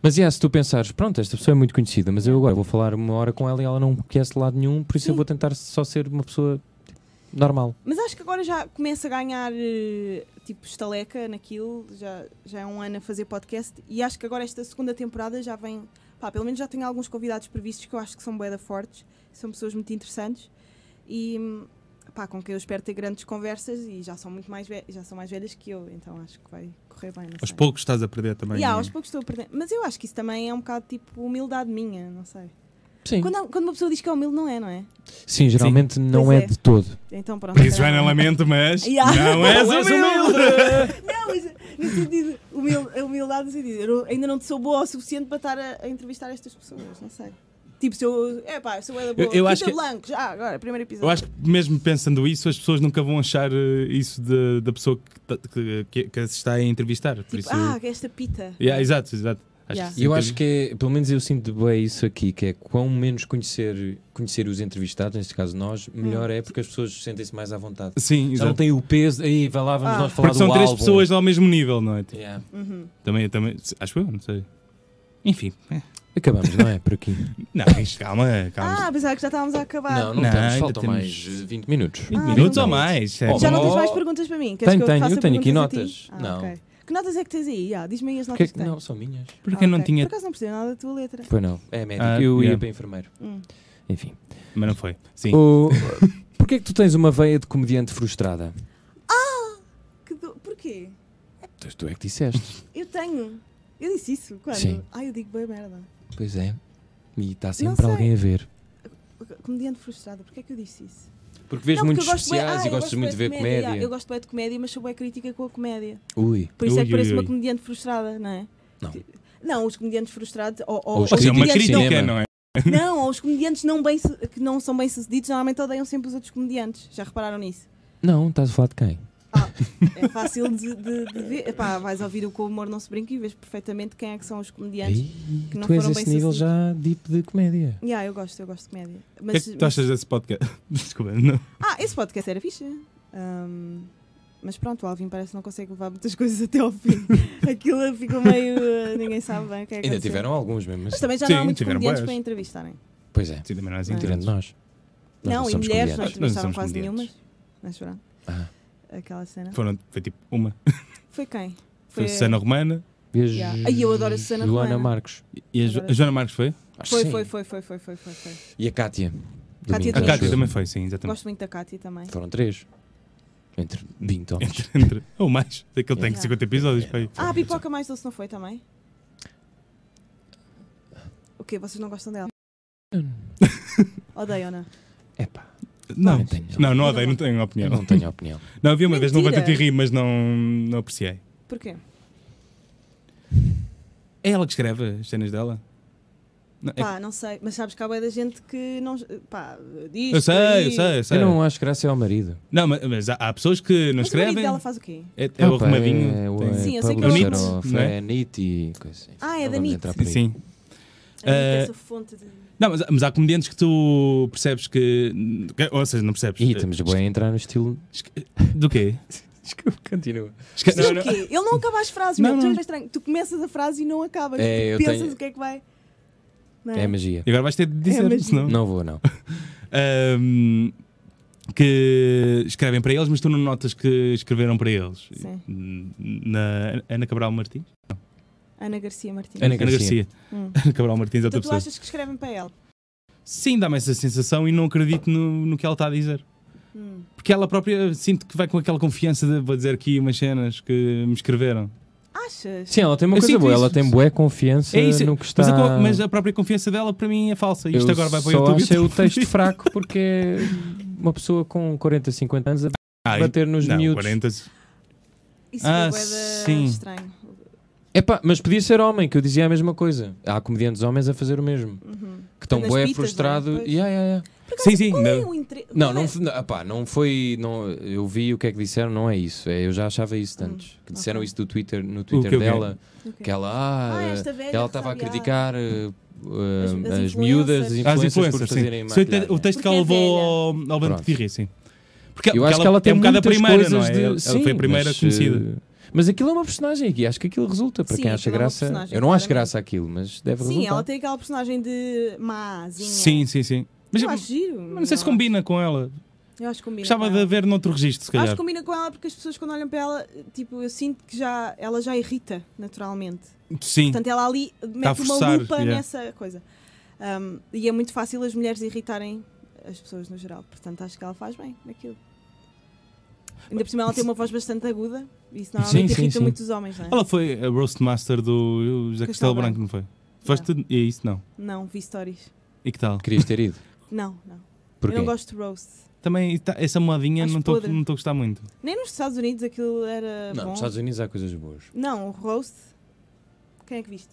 Speaker 2: Mas yeah, se tu pensares, pronto, esta pessoa é muito conhecida, mas eu agora vou falar uma hora com ela e ela não me conhece de lado nenhum, por isso eu
Speaker 3: Sim.
Speaker 2: vou tentar só ser uma pessoa tipo, normal.
Speaker 3: Mas acho que agora já começo a ganhar eh, tipo estaleca naquilo, já, já é um ano a fazer podcast e acho que agora esta segunda temporada já vem, pá, pelo menos já tenho alguns convidados previstos que eu acho que são boeda fortes, são pessoas muito interessantes e hum, pá, com quem eu espero ter grandes conversas e já são muito mais velhas, já são mais velhas que eu, então acho que vai correr bem. Não
Speaker 1: Aos
Speaker 3: sei.
Speaker 1: poucos estás a perder também. é?
Speaker 3: Yeah, aos poucos estou a perder. Mas eu acho que isso também é um bocado tipo humildade minha, não sei.
Speaker 2: Sim,
Speaker 3: Quando, há- quando uma pessoa diz que é humilde, não é, não é?
Speaker 2: sim geralmente não é.
Speaker 3: Pois é.
Speaker 2: de todo.
Speaker 3: Então pronto.
Speaker 1: Por isso,
Speaker 3: caralho.
Speaker 1: Joana, é lamento, mas
Speaker 3: Yeah.
Speaker 1: não é és um humilde.
Speaker 3: Não, mas no sentido, humil- a humildade no sentido, eu não- ainda não te sou boa o suficiente para estar a, a entrevistar estas pessoas, não sei. Tipo, se eu. É pá, sou ela boa.
Speaker 1: Eu- eu
Speaker 3: Rita
Speaker 1: acho que-
Speaker 3: Blanco, já, agora, primeiro episódio.
Speaker 1: Eu acho que mesmo pensando isso, as pessoas nunca vão achar eh, isso de- da pessoa que, ta- que- que- que se está a entrevistar. Por
Speaker 3: Tipo,
Speaker 1: é isso,
Speaker 3: ah, esta pita.
Speaker 1: yeah, exato, exato.
Speaker 3: Yeah.
Speaker 1: sim,
Speaker 2: E eu acho que é, pelo menos eu sinto bem isso aqui, que é quão menos conhecer, conhecer os entrevistados, neste caso nós, melhor é porque as pessoas sentem-se mais à vontade.
Speaker 1: Sim,
Speaker 2: Já não
Speaker 1: exato.
Speaker 2: tem o peso, aí vai lá, vamos
Speaker 3: Ah.
Speaker 2: nós falar
Speaker 1: Porque são
Speaker 2: do
Speaker 1: três
Speaker 2: álbum.
Speaker 1: pessoas ao mesmo nível, não é? Tipo,
Speaker 2: Yeah.
Speaker 3: Uhum.
Speaker 1: também, também, acho eu, não sei. Enfim, é.
Speaker 2: Acabamos, não é? Por aqui.
Speaker 1: não, isto, calma, calma.
Speaker 3: Ah, apesar que já estávamos a acabar.
Speaker 2: Não, não,
Speaker 1: Não,
Speaker 2: estamos,
Speaker 1: ainda
Speaker 2: faltam
Speaker 1: temos-
Speaker 2: mais eh, 20 minutos.
Speaker 1: 20
Speaker 3: Ah,
Speaker 1: minutos
Speaker 3: não.
Speaker 1: ou mais. é.
Speaker 2: Oh,
Speaker 3: Já não tens
Speaker 2: Oh.
Speaker 3: mais perguntas para mim? Queres
Speaker 2: Tenho,
Speaker 3: que eu te
Speaker 2: tenho,
Speaker 3: faça
Speaker 2: eu tenho aqui
Speaker 3: perguntas a
Speaker 2: notas.
Speaker 3: ti? Ah,
Speaker 2: Não.
Speaker 3: ok. Que notas é que tens aí? Ah, Diz-me aí as
Speaker 2: Porque
Speaker 3: notas
Speaker 2: é
Speaker 3: que,
Speaker 2: que-
Speaker 3: tens.
Speaker 2: não, são minhas.
Speaker 1: Porque
Speaker 3: Ah,
Speaker 1: não
Speaker 3: ok.
Speaker 1: tinha.
Speaker 3: Por acaso não percebi nada da tua letra.
Speaker 2: Pois não, é médico.
Speaker 1: Ah,
Speaker 2: eu ia
Speaker 1: yeah.
Speaker 2: para enfermeiro.
Speaker 3: Hum.
Speaker 2: Enfim.
Speaker 1: Mas não foi. Sim.
Speaker 2: O... Porquê é que tu tens uma veia de comediante frustrada?
Speaker 3: Que do- Porquê?
Speaker 2: Tu, tu é que disseste.
Speaker 3: Eu tenho. Eu disse isso quando?
Speaker 2: Sim.
Speaker 3: Ah, eu digo bem merda.
Speaker 2: pois é. E está
Speaker 3: Não
Speaker 2: sempre
Speaker 3: sei.
Speaker 2: alguém a ver.
Speaker 3: Comediante frustrada, porquê é que eu disse isso?
Speaker 2: Porque vês
Speaker 3: Não, porque
Speaker 2: muitos
Speaker 3: eu gosto bué-
Speaker 2: especiais
Speaker 3: ah,
Speaker 2: e
Speaker 3: eu
Speaker 2: gostas
Speaker 3: gosto
Speaker 2: muito de
Speaker 3: bué
Speaker 2: ver comédia.
Speaker 3: yeah, eu gosto bem de comédia, mas sou bem crítica com a comédia.
Speaker 2: Ui.
Speaker 3: Por isso é
Speaker 1: Ui,
Speaker 3: que
Speaker 1: ui,
Speaker 3: pareço uma
Speaker 1: ui.
Speaker 3: comediante frustrada, não é?
Speaker 2: Não.
Speaker 3: Não, os comediantes frustrados. Ou, ou-
Speaker 2: Ou os né?
Speaker 1: Ou seja, uma
Speaker 2: Comediante de
Speaker 1: crítica,
Speaker 2: cinema.
Speaker 1: não é?
Speaker 3: Não, ou os comediantes não bem, su- que não são bem sucedidos normalmente odeiam sempre os outros comediantes. Já repararam nisso?
Speaker 2: Não, estás a falar de quem?
Speaker 3: É fácil de, de- de ver. Epá, vais ouvir o Com o Humor Não Se Brinca e vês perfeitamente quem é que são os comediantes.
Speaker 2: Ei,
Speaker 3: que não
Speaker 2: tu és
Speaker 3: foram
Speaker 2: esse
Speaker 3: bem
Speaker 2: nível
Speaker 3: sucedidos. é
Speaker 2: já deep de comédia.
Speaker 3: Yeah, eu gosto, eu gosto de comédia.
Speaker 1: O que é
Speaker 3: Mas,
Speaker 1: que tu achas desse podcast? Desculpa, não.
Speaker 3: Ah, esse podcast era fixe. Ahm, mas pronto, o Alvin parece que não consegue levar muitas coisas até ao fim. Aquilo ficou meio. eh, ninguém sabe bem o que é que
Speaker 2: Ainda
Speaker 3: aconteceu.
Speaker 2: tiveram alguns mesmo. mas-
Speaker 3: Mas também já
Speaker 1: Sim,
Speaker 3: não há muitos
Speaker 1: tiveram
Speaker 3: comediantes
Speaker 1: boas.
Speaker 3: para entrevistarem.
Speaker 2: Pois é.
Speaker 1: Sim, também não é assim
Speaker 3: Não.
Speaker 2: Tirando
Speaker 1: tanto.
Speaker 2: nós. Nós
Speaker 3: não, e
Speaker 2: somos
Speaker 3: mulheres não
Speaker 2: comediantes.
Speaker 1: Nós não
Speaker 3: entrevistaram
Speaker 1: somos
Speaker 3: quase
Speaker 1: comediantes.
Speaker 3: nenhumas. Mas pronto.
Speaker 2: Ah.
Speaker 3: Aquela cena.
Speaker 1: Foram, foi tipo uma.
Speaker 3: Foi quem?
Speaker 1: Foi a Susana Romana
Speaker 2: Vês
Speaker 3: Yeah. Ai, eu adoro a Susana
Speaker 2: Joana
Speaker 3: Romana.
Speaker 2: Marcos.
Speaker 1: e a, Jo- a Joana Marques foi?
Speaker 2: Acho
Speaker 3: Foi,
Speaker 2: que
Speaker 3: foi,
Speaker 2: Ah, sim.
Speaker 3: foi, foi, foi, foi, foi, foi.
Speaker 2: E a Cátia.
Speaker 3: Cátia
Speaker 2: Domingo,
Speaker 1: A
Speaker 3: Sim.
Speaker 1: Cátia
Speaker 2: acho eu.
Speaker 1: também foi, sim, exatamente.
Speaker 3: Gosto muito da Cátia também.
Speaker 2: Foram três. Entre 20 homens.
Speaker 1: Entre- Ou mais. Aquele tem
Speaker 3: Yeah.
Speaker 1: 50 episódios. pá, aí.
Speaker 3: Ah, a pipoca mais doce não foi também? O quê? Vocês não gostam dela? Odeiam, não?
Speaker 2: Epá,
Speaker 1: Não,
Speaker 2: Não tenho.
Speaker 1: não, não odeio, não tenho
Speaker 2: eu
Speaker 1: opinião.
Speaker 2: não tenho opinião.
Speaker 1: Não, havia uma vez não
Speaker 3: Mentira.
Speaker 1: vou te rir, mas não, não apreciei.
Speaker 3: Porquê?
Speaker 1: É ela que escreve as cenas dela? Não, é-
Speaker 3: Pá, não sei, mas sabes que há bué da gente que não. Pá, diz.
Speaker 1: eu sei,
Speaker 3: aí.
Speaker 1: eu sei, eu sei.
Speaker 2: Eu
Speaker 1: Não,
Speaker 2: não acho graça ao marido.
Speaker 1: mas, mas há, há pessoas que não
Speaker 3: Mas o marido
Speaker 1: escrevem.
Speaker 3: dela faz o quê?
Speaker 1: É, é o
Speaker 2: Opa,
Speaker 1: arrumadinho.
Speaker 2: É, o-
Speaker 1: tem-
Speaker 2: é
Speaker 3: Sim, eu sei que
Speaker 2: Pablo
Speaker 1: é o-
Speaker 2: Xarope,
Speaker 1: Não é?
Speaker 2: é NIT e coisa assim.
Speaker 3: Ah, é
Speaker 2: Não
Speaker 3: da
Speaker 2: vamos
Speaker 3: NIT.
Speaker 2: entrar por
Speaker 1: Sim,
Speaker 2: aí.
Speaker 1: Sim.
Speaker 3: A
Speaker 1: Eh,
Speaker 3: essa fonte de.
Speaker 1: Não, mas, mas há comediantes que tu percebes que. que- Ou seja, não percebes.
Speaker 2: E estamos bem a entrar no estilo.
Speaker 1: Esque- Do quê?
Speaker 2: Continua.
Speaker 1: Esque-
Speaker 3: Sim, é o quê? Ele não acaba as frases,
Speaker 1: Não,
Speaker 3: meu. Tu
Speaker 1: não.
Speaker 3: és estranho. Tu começas a frase e não acabas.
Speaker 2: É, eu
Speaker 3: tu pensas
Speaker 2: tenho-
Speaker 3: o que é que vai. Não é?
Speaker 2: É magia.
Speaker 1: E agora vais ter de dizer,
Speaker 3: mas-
Speaker 1: senão.
Speaker 2: Não vou, não.
Speaker 1: Ahm, que escrevem para eles, mas tu não notas que escreveram para eles.
Speaker 3: Sim.
Speaker 1: Na Ana Cabral Martins?
Speaker 3: Ana Garcia Martins.
Speaker 2: Ana-
Speaker 1: Ana Garcia.
Speaker 2: Garcia.
Speaker 3: Hum.
Speaker 1: Ana Cabral Martins, é outra
Speaker 3: Então tu
Speaker 1: pessoa.
Speaker 3: achas que escrevem para ela?
Speaker 1: Sim, dá-me essa sensação e não acredito no, no que ela está a dizer.
Speaker 3: Hum.
Speaker 1: Porque ela própria sinto que vai com aquela confiança de vou dizer aqui umas cenas que me escreveram.
Speaker 3: Achas?
Speaker 2: Sim, ela tem uma
Speaker 1: Eu
Speaker 2: coisa
Speaker 1: sinto
Speaker 2: boa.
Speaker 1: isso.
Speaker 2: Ela tem boa confiança
Speaker 1: É isso,
Speaker 2: no que está.
Speaker 1: Mas, a, co- mas a própria confiança dela para mim é falsa. Isto
Speaker 2: Eu
Speaker 1: agora vai para o
Speaker 2: só
Speaker 1: YouTube.
Speaker 2: acho é o texto fraco porque é uma pessoa com 40, 50 anos a
Speaker 1: Ah,
Speaker 2: bater nos
Speaker 1: não,
Speaker 2: miúdos.
Speaker 1: 40.
Speaker 3: Isso
Speaker 1: Ah,
Speaker 3: foi bué da-
Speaker 1: sim.
Speaker 3: estranho.
Speaker 2: Epá, mas podia ser homem, que eu dizia a mesma coisa. Há comediantes homens a fazer o mesmo.
Speaker 3: Uhum.
Speaker 2: Que estão
Speaker 3: Das
Speaker 2: bué
Speaker 3: pitas,
Speaker 2: frustrado.
Speaker 3: não é? Pois.
Speaker 2: Yeah, yeah, yeah.
Speaker 3: Por acaso,
Speaker 1: Sim, sim.
Speaker 3: qual é
Speaker 1: Não.
Speaker 3: o inter-
Speaker 2: Não,
Speaker 3: qual
Speaker 2: não,
Speaker 3: é-
Speaker 2: f- não, epá, não foi. Não, eu vi o que é que disseram, não é isso. É, eu já achava isso
Speaker 3: Hum,
Speaker 2: antes. Que disseram
Speaker 3: ok.
Speaker 2: isso do Twitter, no Twitter
Speaker 1: que eu vi?
Speaker 2: dela.
Speaker 3: Ok.
Speaker 2: Que ela, ah,
Speaker 3: Ah,
Speaker 2: eh,
Speaker 3: esta velha
Speaker 2: ela estava a
Speaker 1: é
Speaker 3: sabe, ah.
Speaker 2: criticar eh, uh,
Speaker 3: As-
Speaker 2: as,
Speaker 3: as
Speaker 2: miúdas, as
Speaker 1: Às
Speaker 2: influencias,
Speaker 1: influencers,
Speaker 2: por
Speaker 1: sim.
Speaker 2: fazerem
Speaker 1: Foi o te-
Speaker 2: maquilhagem.
Speaker 1: o texto que
Speaker 3: Porque
Speaker 1: ela
Speaker 3: é
Speaker 1: levou
Speaker 3: velha.
Speaker 1: ao, ao Banco
Speaker 2: Pronto.
Speaker 1: de Rir, sim. Porque,
Speaker 2: Eu
Speaker 1: porque
Speaker 2: acho que ela tem
Speaker 1: é um bocado a
Speaker 2: muitas
Speaker 1: primeira, não
Speaker 2: coisas
Speaker 1: é?
Speaker 2: de-
Speaker 1: Ela, ela
Speaker 2: Sim,
Speaker 1: foi a primeira
Speaker 2: mas,
Speaker 1: conhecida.
Speaker 2: eh, Mas aquilo é uma personagem aqui, acho que aquilo resulta para
Speaker 3: Sim,
Speaker 2: quem acha
Speaker 3: aquilo é uma
Speaker 2: graça.
Speaker 3: personagem,
Speaker 2: Eu não acho
Speaker 3: claramente.
Speaker 2: graça aquilo, mas deve
Speaker 3: Sim,
Speaker 2: resultar.
Speaker 3: ela tem aquela personagem de mázinha.
Speaker 1: tá? Sim, sim, sim. Mas
Speaker 3: eu
Speaker 1: eu-
Speaker 3: acho giro. é?
Speaker 1: mas não sei se combina com ela.
Speaker 3: Eu acho que combina.
Speaker 1: Gostava
Speaker 3: com
Speaker 1: de
Speaker 3: ela.
Speaker 1: a ver noutro registro, se
Speaker 3: Acho
Speaker 1: calhar.
Speaker 3: que combina com ela porque as pessoas quando olham para ela, tipo, eu sinto que já, ela já irrita naturalmente.
Speaker 1: Sim. Tá
Speaker 3: Portanto, ela ali
Speaker 1: a
Speaker 3: mete uma
Speaker 1: forçar,
Speaker 3: lupa
Speaker 1: yeah.
Speaker 3: nessa coisa. Um, e é muito fácil as mulheres irritarem as pessoas no geral. Portanto, acho que ela faz bem naquilo. Ainda por cima, ela tem uma voz bastante aguda e isso normalmente
Speaker 2: Sim, sim,
Speaker 3: irrita
Speaker 2: sim.
Speaker 3: muitos homens, não é?
Speaker 1: Ela foi a Roastmaster do José Castelo
Speaker 3: Castelo
Speaker 1: Branco, não foi? Foste. É isso, não.
Speaker 3: Não, vi stories.
Speaker 1: E que tal?
Speaker 2: Querias ter ido.
Speaker 3: Não, não.
Speaker 2: Porquê?
Speaker 3: Eu não gosto de roast.
Speaker 1: Também tá- essa moedinha
Speaker 3: Acho
Speaker 1: não estou
Speaker 3: podre.
Speaker 1: não estou a gostar muito.
Speaker 3: Nem nos Estados Unidos aquilo era
Speaker 2: Não,
Speaker 3: bom.
Speaker 2: nos Estados Unidos há coisas boas.
Speaker 3: Não, o roast. Quem é que viste?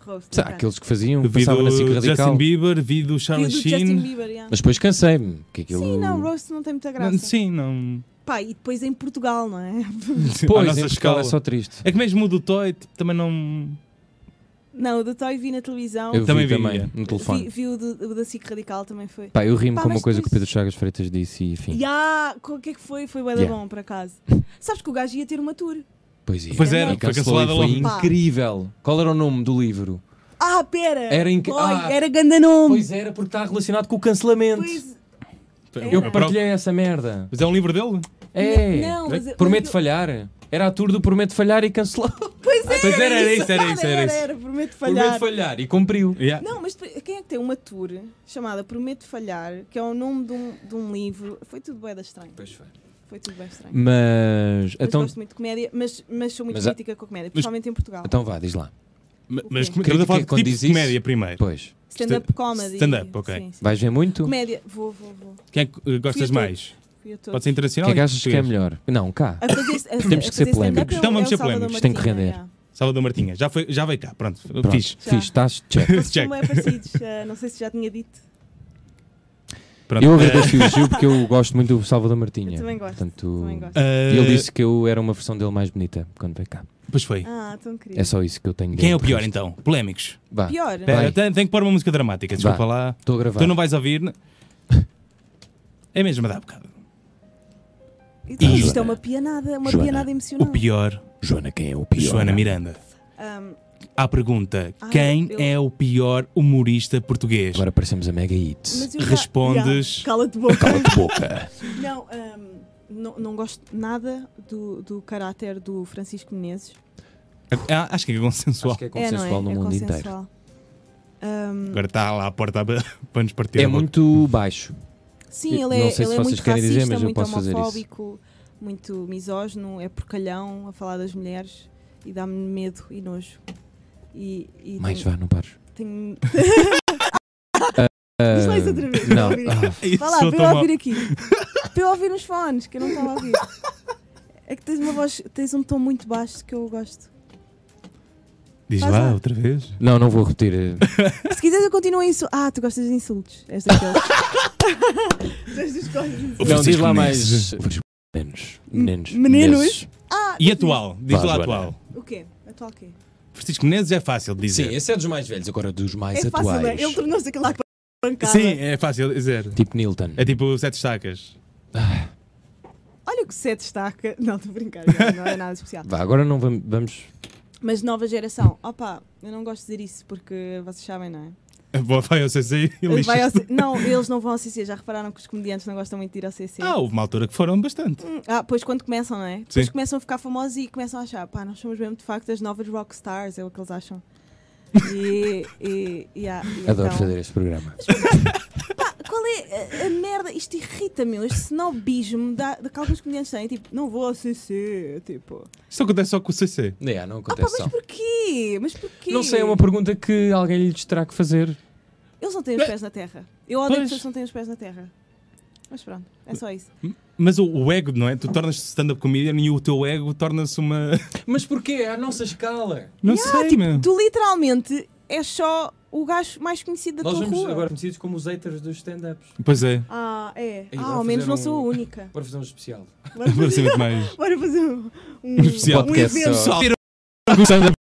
Speaker 3: Roast.
Speaker 2: Há
Speaker 3: nunca.
Speaker 2: aqueles que faziam,
Speaker 1: Vi
Speaker 2: passavam na SIC
Speaker 1: do Justin
Speaker 2: radical.
Speaker 1: Bieber, vi do
Speaker 3: Vi o do
Speaker 1: Charlie
Speaker 3: Justin
Speaker 1: Sheen.
Speaker 3: Bieber, yeah.
Speaker 2: Mas depois cansei-me. Que aquilo...
Speaker 3: Sim, não, roast não tem muita graça.
Speaker 1: Não, Sim, não.
Speaker 3: Pá, e depois em Portugal, não é?
Speaker 1: à
Speaker 2: Pois,
Speaker 1: nossa
Speaker 2: em Portugal
Speaker 1: escala.
Speaker 2: é só triste.
Speaker 1: É que mesmo o do Toy tipo, também não.
Speaker 3: Não, o do Toy vi na televisão.
Speaker 2: Eu
Speaker 1: Também
Speaker 2: vi
Speaker 1: vi,
Speaker 2: também,
Speaker 1: é.
Speaker 2: no telefone.
Speaker 3: Vi, vi o, do- o da SIC Radical também foi.
Speaker 2: Pá, eu rimo
Speaker 3: Pá,
Speaker 2: com
Speaker 3: mas
Speaker 2: uma coisa que o
Speaker 3: depois-
Speaker 2: Pedro Chagas Freitas disse e enfim.
Speaker 3: E ah, o que é que foi? Foi bué da
Speaker 2: Yeah.
Speaker 3: bom, por acaso. Sabes que o gajo ia ter uma tour.
Speaker 2: Pois é.
Speaker 1: Pois
Speaker 3: Era
Speaker 1: era,
Speaker 2: E
Speaker 3: não.
Speaker 1: foi
Speaker 2: cancelou e
Speaker 1: cancelada
Speaker 2: foi
Speaker 1: logo.
Speaker 3: Pá.
Speaker 2: incrível. Qual era o nome do livro?
Speaker 3: Ah, pera!
Speaker 2: Era inc-
Speaker 3: Boy,
Speaker 2: ah.
Speaker 3: Era Gandanome!
Speaker 2: Pois era, porque está relacionado com o cancelamento.
Speaker 3: Pois-
Speaker 2: Eu
Speaker 3: era.
Speaker 2: partilhei essa merda.
Speaker 1: Mas é um livro dele?
Speaker 2: É.
Speaker 3: não, mas-
Speaker 2: Promete
Speaker 3: mas eu-
Speaker 2: falhar. Era a tour do Promete Falhar e cancelou.
Speaker 3: Pois era!
Speaker 1: pois era, era isso, era
Speaker 3: Olha,
Speaker 1: isso, era isso.
Speaker 3: era, prometo
Speaker 2: Promete
Speaker 3: falhar.
Speaker 2: Falhar e cumpriu.
Speaker 1: Yeah.
Speaker 3: Não, mas depois- quem é que tem uma tour chamada Prometo Falhar, que é o nome de um, de um livro? Foi tudo bué da estranho.
Speaker 2: Pois foi.
Speaker 3: Foi tudo bem estranho.
Speaker 2: Mas.
Speaker 3: Mas
Speaker 2: Então,
Speaker 3: gosto muito de comédia, mas, mas sou muito
Speaker 2: Mas há-
Speaker 3: crítica com a comédia, principalmente em Portugal.
Speaker 2: então vá, diz lá.
Speaker 1: Ma-
Speaker 3: O
Speaker 1: Mas
Speaker 3: quê?
Speaker 1: como- é estamos a falar
Speaker 2: Que-
Speaker 1: de
Speaker 2: quando
Speaker 1: tipos
Speaker 2: diz
Speaker 1: de
Speaker 2: isso-
Speaker 1: comédia primeiro.
Speaker 2: Pois.
Speaker 3: Stand-up comedy.
Speaker 1: stand-up, ok.
Speaker 3: Sim, sim.
Speaker 2: Vais ver muito? O
Speaker 3: Comédia, vou, vou, vou.
Speaker 1: Quem é que uh, gostas
Speaker 3: Fui eu
Speaker 1: mais?
Speaker 3: Fui eu todo.
Speaker 1: Pode ser internacional?
Speaker 2: que é que achas que é
Speaker 1: português?
Speaker 2: melhor? Não, cá.
Speaker 3: A fazer, é a,
Speaker 2: Temos que ser polémicos.
Speaker 1: Então vamos ser polémicos.
Speaker 2: Tem que render.
Speaker 1: Salvador Martinha. Já, foi, já veio cá, pronto.
Speaker 2: Pronto.
Speaker 1: Fiz.
Speaker 3: Já.
Speaker 2: Fiz, estás check.
Speaker 3: Eles
Speaker 1: Check.
Speaker 3: são bem parecidos, eh, não sei se já tinha dito.
Speaker 1: Pronto. Eh,
Speaker 2: Eu agradeço o elogio porque eu gosto muito do Salvador Martinha.
Speaker 3: Eu também gosto,
Speaker 2: Portanto,
Speaker 3: também gosto.
Speaker 1: Eh,
Speaker 2: E ele disse que eu era uma versão dele mais bonita quando veio cá.
Speaker 1: Pois foi.
Speaker 3: Ah, tão querido.
Speaker 2: É só isso que eu tenho.
Speaker 1: Quem é o
Speaker 2: dele.
Speaker 1: pior então? Polémicos.
Speaker 2: Vá,
Speaker 3: Pior.
Speaker 1: Pera,
Speaker 2: Vai.
Speaker 1: tem, tem que pôr uma música dramática, desculpa
Speaker 2: Vá.
Speaker 1: lá.
Speaker 2: estou a gravar.
Speaker 1: Tu não vais ouvir. né? É mesmo, dá um bocado.
Speaker 3: Então,
Speaker 1: E-
Speaker 3: isto é uma pianada, uma
Speaker 2: Joana,
Speaker 3: pianada
Speaker 1: O
Speaker 3: emocional. Ah,
Speaker 1: pior,
Speaker 2: Joana, quem é o pior?
Speaker 1: Joana Miranda.
Speaker 3: Ahm,
Speaker 1: À pergunta:
Speaker 3: Ai,
Speaker 1: quem
Speaker 3: eu-
Speaker 1: é o pior humorista português?
Speaker 2: Agora parecemos a Mega Hits.
Speaker 3: mas eu já-
Speaker 1: Respondes-
Speaker 3: já, Cala-te boca.
Speaker 2: Cala-te boca.
Speaker 3: Não, ahm, não, não gosto nada do, do caráter do Francisco Menezes.
Speaker 1: Ah, acho que é consensual.
Speaker 2: Acho que é
Speaker 3: é, não
Speaker 2: consensual
Speaker 3: é?
Speaker 2: no
Speaker 3: é
Speaker 2: mundo inteiro.
Speaker 3: consensual. Hum, Ahm,
Speaker 1: Agora está lá a porta a- para nos partir.
Speaker 2: É
Speaker 1: a boca.
Speaker 2: muito baixo.
Speaker 3: Sim,
Speaker 2: Eu
Speaker 3: ele é,
Speaker 2: não sei se
Speaker 3: ele é
Speaker 2: vocês
Speaker 3: muito
Speaker 2: querem dizer,
Speaker 3: racista,
Speaker 2: mas eu
Speaker 3: muito
Speaker 2: posso fazer isso.
Speaker 3: homofóbico, muito misógino, é porcalhão a falar das mulheres e dá-me medo e nojo. E, e
Speaker 2: Mais
Speaker 3: tenho,
Speaker 2: vá, não pares.
Speaker 3: tenho-
Speaker 2: Ah,
Speaker 3: Diz lá isso outra vez,
Speaker 2: Não.
Speaker 3: para eu
Speaker 2: Ah,
Speaker 1: Isso
Speaker 3: Vá lá,
Speaker 1: sou
Speaker 3: para
Speaker 1: tão
Speaker 3: eu
Speaker 1: mau.
Speaker 3: ouvir aqui. para eu ouvir nos fones, que eu não estava a ouvir. É que tens uma voz, tens um tom muito baixo que eu gosto.
Speaker 1: Diz
Speaker 3: Faz
Speaker 1: lá
Speaker 3: lá.
Speaker 1: outra vez.
Speaker 2: ah, não, não vou repetir.
Speaker 3: Se quiseres eu continuo a insultar. Ah, tu gostas de insultos. é És daqueles. Tu és dos gostos de insultos.
Speaker 2: Não, diz lá mais.
Speaker 1: Menezes.
Speaker 2: Meninos. Meninos.
Speaker 3: Meninos?
Speaker 2: Menezes.
Speaker 3: Ah,
Speaker 1: E atual? Diz
Speaker 2: Vá,
Speaker 1: lá
Speaker 2: Joana.
Speaker 1: atual.
Speaker 3: o quê? Atual quê?
Speaker 1: Francisco Menezes é fácil de
Speaker 2: Sim,
Speaker 1: dizer.
Speaker 2: esse é dos mais velhos, agora dos mais
Speaker 3: é fácil, é?
Speaker 2: atuais.
Speaker 3: Ele tornou-se aquela pancada.
Speaker 1: Sim, é fácil de dizer.
Speaker 2: Tipo Nilton.
Speaker 1: É tipo sete estacas.
Speaker 3: Olha que se destaca. Não, estou a brincar, não, não é nada especial.
Speaker 2: Vá, agora não vamos. vamos-
Speaker 3: Mas nova geração, opa, eu não gosto de dizer isso porque vocês sabem, não é?
Speaker 1: Bom, Vai ao CC e lixa.
Speaker 3: Vai ao C- Não, eles não vão ao CC, já repararam que os comediantes não gostam muito de ir ao CC.
Speaker 1: Ah, houve uma altura que foram bastante.
Speaker 3: Hum, Ah, pois quando começam, não é? Depois
Speaker 1: Sim.
Speaker 3: começam a ficar famosos e começam a achar, pá, nós somos mesmo de facto as novas rockstars, é o que eles acham. E. e, e, há- e
Speaker 2: Adoro
Speaker 3: então-
Speaker 2: fazer este programa.
Speaker 3: Qual é a, a merda? Isto irrita-me, este snobismo da, da que alguns comediantes têm, tipo, não vou ao CC, tipo.
Speaker 1: Isto acontece só com o CC.
Speaker 2: É, não
Speaker 3: Ah, pá,
Speaker 2: acontece
Speaker 3: mas
Speaker 2: só.
Speaker 3: porquê? Mas porquê?
Speaker 2: Não sei, é uma pergunta que alguém lhes terá que fazer.
Speaker 3: Eles não têm os pés na terra. Eu odeio
Speaker 1: Pois.
Speaker 3: pessoas que não têm os pés na terra. Mas pronto, é só isso.
Speaker 1: Mas o, o ego, não é? Tu tornas-te stand-up comedian e o teu ego torna-se uma.
Speaker 2: Mas porquê? É À nossa escala.
Speaker 1: Não
Speaker 3: Yeah,
Speaker 1: sei,
Speaker 3: tipo,
Speaker 1: meu.
Speaker 3: Tu literalmente és só o gajo mais conhecido da
Speaker 2: Nós
Speaker 3: tua
Speaker 2: vamos
Speaker 3: rua.
Speaker 2: agora conhecidos como os haters dos stand-ups.
Speaker 1: Pois é.
Speaker 3: Ah, é.
Speaker 2: Ei,
Speaker 3: ah,
Speaker 2: vamos
Speaker 3: ao menos
Speaker 2: fazer
Speaker 3: não
Speaker 2: um-
Speaker 3: sou a única.
Speaker 2: Agora fazemos um especial.
Speaker 3: Bora
Speaker 1: Deve ser
Speaker 3: fazer,
Speaker 1: muito mais.
Speaker 3: bora fazer um, um,
Speaker 1: especial.
Speaker 3: um
Speaker 2: Podcast
Speaker 3: evento.
Speaker 2: só.
Speaker 1: Pessoal, tiram o stand-up.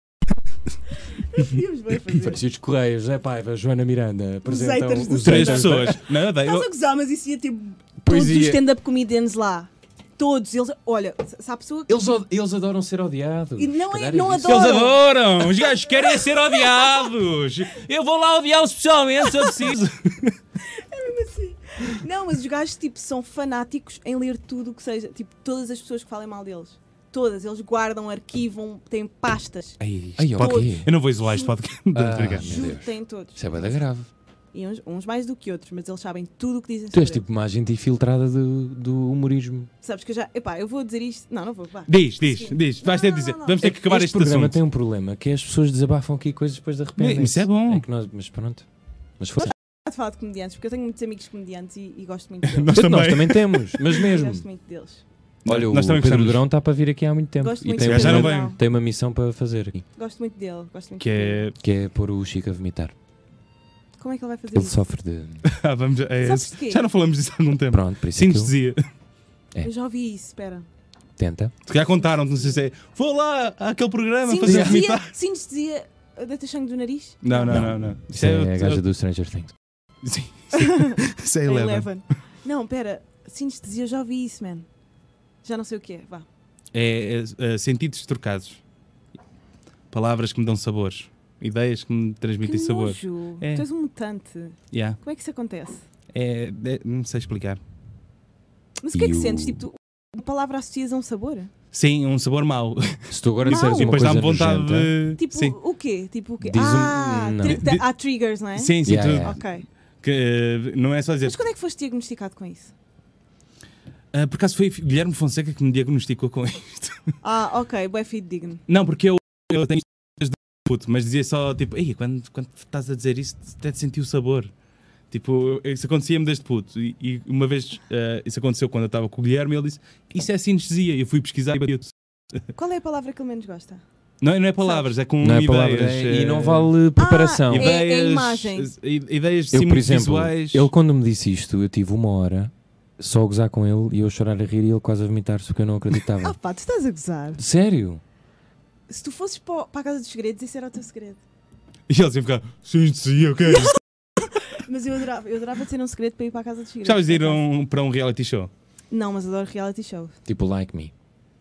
Speaker 3: Deus vai fazer.
Speaker 2: Francisco é Correios, Zé Paiva, Joana Miranda, apresentam
Speaker 3: haters do
Speaker 2: os
Speaker 1: Três
Speaker 2: haters.
Speaker 1: pessoas. Não, bem,
Speaker 3: Estás
Speaker 1: eu,
Speaker 3: a gozar, mas isso ia ter todos
Speaker 2: Pois
Speaker 3: os
Speaker 2: ia.
Speaker 3: stand-up comedians lá. Todos. Eles, olha, se há pessoa que.
Speaker 2: Eles, od- eles adoram ser odiados.
Speaker 3: E não
Speaker 2: Se
Speaker 3: é-
Speaker 2: calhar
Speaker 3: não
Speaker 2: isso.
Speaker 1: eles
Speaker 3: adoram.
Speaker 1: adoram. Os gajos querem é ser odiados. Eu vou lá odiá-los pessoalmente se eu preciso.
Speaker 3: Não, mas os gajos tipo, são fanáticos em ler tudo o que seja. Tipo, todas as pessoas que falem mal deles. Todas. Eles guardam, arquivam, têm pastas.
Speaker 1: Ai,
Speaker 2: Ai,
Speaker 1: isto pode-
Speaker 2: ok.
Speaker 1: Eu não vou isolar este podcast.
Speaker 2: Ah, meu
Speaker 3: Juro,
Speaker 2: Deus.
Speaker 3: têm todos.
Speaker 2: Isso é bada grave.
Speaker 3: E uns, uns mais do que outros, mas eles sabem tudo o que dizem
Speaker 2: Tu
Speaker 3: sobre
Speaker 2: és tipo uma agente infiltrada do, do humorismo.
Speaker 3: ele. Sabes que eu já. Epá, eu vou dizer isto. Não, não vou. Vá.
Speaker 1: Diz, diz, diz. Vais ter de
Speaker 3: Não,
Speaker 1: dizer.
Speaker 3: não, não.
Speaker 1: Vamos ter que acabar
Speaker 2: este
Speaker 1: este
Speaker 2: programa
Speaker 1: assunto.
Speaker 2: tem um problema, que é as pessoas desabafam aqui coisas depois de arrependem
Speaker 1: Mas isso é bom.
Speaker 2: mas pronto. Mas força.
Speaker 3: Há de falar de comediantes, porque eu tenho muitos amigos comediantes e, e gosto muito deles.
Speaker 1: Nós também.
Speaker 2: temos, mas é mesmo.
Speaker 3: Gosto muito deles.
Speaker 2: Olha, o
Speaker 1: Nós também
Speaker 2: Pedro
Speaker 1: gostamos.
Speaker 2: Durão está para vir aqui há muito tempo.
Speaker 3: Gosto
Speaker 2: e
Speaker 3: muito
Speaker 2: tem
Speaker 3: dele.
Speaker 1: Se calhar
Speaker 2: uma,
Speaker 1: já não
Speaker 3: não.
Speaker 2: tem uma missão para fazer aqui,
Speaker 3: Gosto muito dele. Gosto muito
Speaker 1: Que
Speaker 3: dele.
Speaker 1: é.
Speaker 2: que é pôr o Chico a vomitar.
Speaker 3: Como é que ele vai fazer
Speaker 2: Ele
Speaker 3: isso?
Speaker 2: sofre de.
Speaker 1: Ah, vamos- é
Speaker 3: Sabes
Speaker 1: esse.
Speaker 3: de quê?
Speaker 1: Já não falamos disso há algum tempo.
Speaker 2: Pronto, por isso é
Speaker 1: Sim,
Speaker 2: que eu-
Speaker 1: dizia.
Speaker 2: É.
Speaker 3: Eu já ouvi isso, espera.
Speaker 2: tenta.
Speaker 1: Se calhar contaram, não sei se é. Vou lá àquele programa fazer
Speaker 3: Sinestesia.
Speaker 1: vomitar.
Speaker 3: Sinestesia. "Ah, Deita sangue do nariz?
Speaker 1: Não, não, não.
Speaker 2: Não.
Speaker 1: não.
Speaker 2: Isso é a gaja do Stranger Things.
Speaker 1: Sim. Isso é
Speaker 3: É
Speaker 1: Eleven.
Speaker 3: Eleven. Não, pera. Sinestesia, eu já ouvi isso, man. Já não sei o que é. Vá.
Speaker 1: É, é, é, sentidos trocados. Palavras que me dão sabores. Ideias que me transmitem
Speaker 3: que
Speaker 1: sabor.
Speaker 3: nojo.
Speaker 1: É.
Speaker 3: Tu és um mutante.
Speaker 1: Yeah.
Speaker 3: Como é que isso acontece?
Speaker 1: É, é- não sei explicar.
Speaker 3: Mas o que é que
Speaker 2: E o-
Speaker 3: sentes? Tipo, tu, uma palavra associas a um sabor?
Speaker 1: Sim, um sabor mau.
Speaker 2: Se tu agora
Speaker 3: Mau.
Speaker 2: disseres
Speaker 1: e
Speaker 2: uma
Speaker 1: depois
Speaker 2: coisa
Speaker 1: dá-me vontade
Speaker 2: nojenta,
Speaker 1: de.
Speaker 3: Tipo,
Speaker 1: sim,
Speaker 3: o quê? Tipo, o quê?
Speaker 2: Diz um-
Speaker 3: Ah,
Speaker 2: não.
Speaker 3: tri-
Speaker 1: Di-
Speaker 3: há triggers, não é?
Speaker 1: sim, sim
Speaker 2: Yeah,
Speaker 1: tu-
Speaker 2: yeah.
Speaker 3: Ok.
Speaker 1: Que, eh, não é só dizer.
Speaker 3: Mas quando é que foste diagnosticado com isso?
Speaker 1: "Ah, por acaso foi Guilherme Fonseca que me diagnosticou com isto.
Speaker 3: Ah, ok, bué digno.
Speaker 1: Não, porque eu, eu tenho isto desde puto, mas dizia só tipo, ei, quando, quando estás a dizer isso, até te senti o sabor. Tipo, isso acontecia-me desde puto. E, e uma vez eh, isso aconteceu quando eu estava com o Guilherme, ele disse: Isso é sinestesia. E Eu fui pesquisar e bati
Speaker 3: Qual é a palavra que ele menos gosta?
Speaker 1: não, é- não é palavras, é com
Speaker 2: Não é
Speaker 1: ideias.
Speaker 2: palavras. E
Speaker 1: eh,
Speaker 2: não vale preparação.
Speaker 3: É- é
Speaker 1: Ideias,
Speaker 3: imagem.
Speaker 1: i- Ideias
Speaker 2: Eu,
Speaker 1: sim,
Speaker 2: por
Speaker 1: muito
Speaker 2: exemplo,
Speaker 1: visuais.
Speaker 2: ele quando me disse isto, eu tive uma hora só a gozar com ele e eu a chorar a rir e ele quase a vomitar-se porque eu não
Speaker 3: Ah
Speaker 2: acreditava.
Speaker 3: pá, tu estás a gozar.
Speaker 2: Sério?
Speaker 3: Se tu fosses para, o- para a casa dos segredos, esse era o teu segredo.
Speaker 1: E ele sempre ficava: Sinestesia, o que é isso?
Speaker 3: Mas eu adorava, eu adorava ter um segredo para ir para a casa dos segredos.
Speaker 1: Já vais ir
Speaker 3: por
Speaker 1: a
Speaker 3: acaso.
Speaker 1: um- para um reality show?
Speaker 3: Não, mas adoro reality shows.
Speaker 2: Tipo, like me.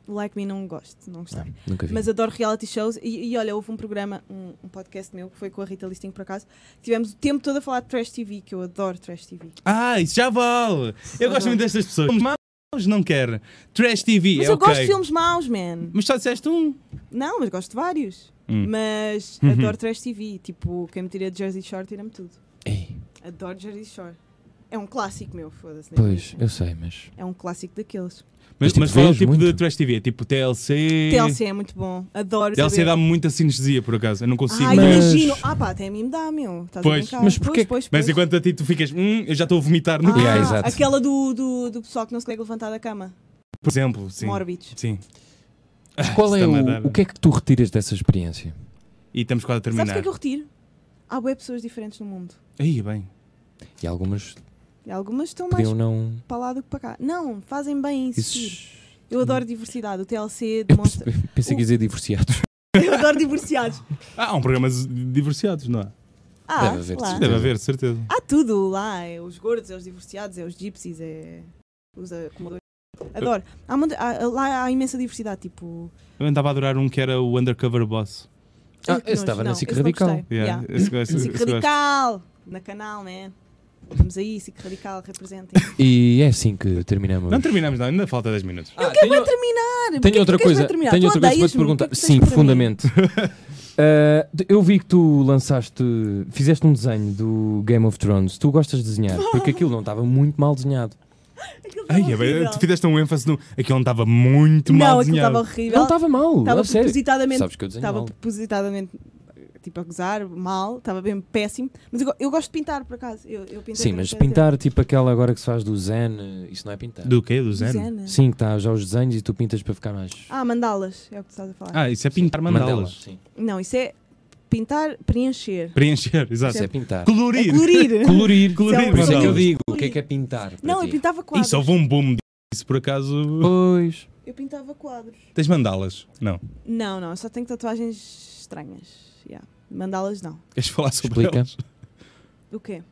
Speaker 3: Like Me não gosto, não gostei.
Speaker 2: Ah, nunca vi.
Speaker 3: Mas adoro reality shows e, e olha, houve um programa, um, um podcast meu, que foi com a Rita Listing por acaso, que tivemos o tempo todo a falar de Trash TV, que eu adoro Trash TV.
Speaker 1: Ah, isso já vale! Eu gosto
Speaker 3: Uhum.
Speaker 1: muito destas pessoas. Mas não quer. Trash TV,
Speaker 3: Mas
Speaker 1: é
Speaker 3: eu
Speaker 1: ok.
Speaker 3: gosto de filmes maus, man.
Speaker 1: Mas só disseste um.
Speaker 3: Não, mas gosto de vários.
Speaker 1: Hum.
Speaker 3: Mas
Speaker 1: Uhum.
Speaker 3: adoro Trash TV. Tipo, quem me tira de Jersey Shore tira-me tudo.
Speaker 2: Ei,
Speaker 3: Adoro Jersey Shore. É um clássico meu, foda-se. nem
Speaker 2: pois,
Speaker 3: digo.
Speaker 2: eu sei, mas.
Speaker 3: É um clássico daqueles.
Speaker 1: Mas,
Speaker 2: Mas, tipo,
Speaker 1: mas qual é o
Speaker 2: vejo
Speaker 1: tipo de
Speaker 2: muito.
Speaker 1: trash TV? É Tipo TLC.
Speaker 3: TLC é muito bom. Adoro
Speaker 1: TLC
Speaker 3: saber-
Speaker 1: dá-me muita sinestesia, por acaso. Eu não consigo.
Speaker 3: Ai,
Speaker 1: mas...
Speaker 2: Mas-
Speaker 3: imagino. Ah pá, até a mim me dá, meu. Estás
Speaker 1: Pois,
Speaker 3: a brincar.
Speaker 2: mas porquê-
Speaker 3: Pois, pois,
Speaker 1: mas
Speaker 3: pois.
Speaker 1: enquanto a ti tu ficas, hum, eu já estou a vomitar no
Speaker 3: Ah,
Speaker 2: Yeah, exato.
Speaker 3: Aquela do, do, do pessoal que não se consegue levantar da cama.
Speaker 1: Por exemplo, sim.
Speaker 3: Mórbidos.
Speaker 1: Sim.
Speaker 2: Mas qual é
Speaker 1: está-me a dar-
Speaker 2: o, o que é que tu retiras dessa experiência?
Speaker 1: E estamos quase a
Speaker 3: Sabes o
Speaker 1: terminar.
Speaker 3: que é que eu retiro? Há web pessoas diferentes no mundo.
Speaker 1: Aí, bem.
Speaker 2: E algumas
Speaker 3: E algumas estão mais
Speaker 2: podiam não.
Speaker 3: para lá do que para cá. Não, fazem bem insistir.
Speaker 2: Isso.
Speaker 3: Eu adoro diversidade. O TLC
Speaker 2: Eu
Speaker 3: demonstra.
Speaker 2: perce- pensei que ia dizer divorciados.
Speaker 3: Eu adoro divorciados.
Speaker 1: Ah, há um programa de divorciados, não há?
Speaker 3: Ah,
Speaker 2: Deve haver, de
Speaker 3: lá.
Speaker 2: certeza.
Speaker 1: Deve haver, de certeza.
Speaker 3: Há tudo lá. É os gordos, é os divorciados, é os gypsies, é os acumuladores. Adoro. Há uma- há- lá há imensa diversidade. Tipo.
Speaker 1: Eu andava a adorar um que era o Undercover Boss.
Speaker 2: Ah,
Speaker 3: Ai,
Speaker 2: esse
Speaker 3: que nojo.
Speaker 2: estava na
Speaker 3: Não,
Speaker 2: SIC
Speaker 3: esse não
Speaker 2: Radical.
Speaker 3: gostei.
Speaker 1: Yeah,
Speaker 3: Yeah.
Speaker 1: esse gosto- esse
Speaker 3: SIC
Speaker 1: gosto.
Speaker 3: Radical! Na canal, man. Vamos aí, SIC Radical, representem.
Speaker 2: E é assim que terminamos.
Speaker 1: Não terminamos, não, ainda falta 10 minutos.
Speaker 2: Ah,
Speaker 3: Quem é vai
Speaker 2: tenho-
Speaker 3: terminar? Porquê é que
Speaker 2: Tenho outra
Speaker 3: tu queres
Speaker 2: coisa,
Speaker 3: vai terminar?
Speaker 2: tenho
Speaker 3: Tu
Speaker 2: outra coisa para te
Speaker 3: odeias-me?
Speaker 2: perguntar.
Speaker 3: O que é que tu
Speaker 2: Sim,
Speaker 3: tens para mim?
Speaker 2: profundamente. Ah, eu vi que tu lançaste, fizeste um desenho do Game of Thrones. Tu gostas de desenhar, porque aquilo não estava muito mal desenhado.
Speaker 3: Aquilo
Speaker 1: Ai,
Speaker 3: estava
Speaker 1: é bem,
Speaker 3: horrível.
Speaker 1: tu fizeste um ênfase no. Aquilo não estava muito mal
Speaker 3: Não, aquilo
Speaker 1: desenhado.
Speaker 3: estava horrível.
Speaker 2: Não estava mal,
Speaker 3: Estava
Speaker 2: a Então tá, é sério.
Speaker 3: propositadamente.
Speaker 2: Sabes que eu desenho
Speaker 3: Estava
Speaker 2: mal.
Speaker 3: propositadamente tipo a gozar mal, estava bem péssimo. Mas eu, go- eu gosto de pintar, por acaso. Eu, eu pintei
Speaker 2: Sim,
Speaker 3: durante
Speaker 2: mas
Speaker 3: tanto tempo.
Speaker 2: pintar tipo aquela agora que se faz do Zen, eh, isso não é pintar.
Speaker 1: Do quê? Do Zen?
Speaker 3: Dizena.
Speaker 2: Sim, que está já os desenhos e tu pintas para ficar mais.
Speaker 3: Ah, mandalas, é o que tu estás a falar.
Speaker 1: Ah, isso é pintar
Speaker 2: Mandela,
Speaker 1: mandalas.
Speaker 2: sim.
Speaker 3: Não, isso é pintar, preencher.
Speaker 1: Preencher, exato.
Speaker 2: Isso é pintar.
Speaker 3: É
Speaker 1: Colorir.
Speaker 3: colorir.
Speaker 1: Colorir.
Speaker 3: Isso é
Speaker 1: Colorir.
Speaker 3: um
Speaker 2: Por isso é que eu
Speaker 1: mandalas.
Speaker 2: digo, o que é que é pintar? para
Speaker 3: Não, eu
Speaker 2: ti?
Speaker 3: pintava quadros.
Speaker 1: Isso, houve um boom disso, por acaso.
Speaker 2: Pois. é
Speaker 3: Eu pintava quadros.
Speaker 1: Tens mandalas? Não.
Speaker 3: Não, não, eu só tenho tatuagens estranhas. yeah. Mandá-las não.
Speaker 1: Queres falar sobre
Speaker 2: Explica.
Speaker 1: elas?
Speaker 3: O quê?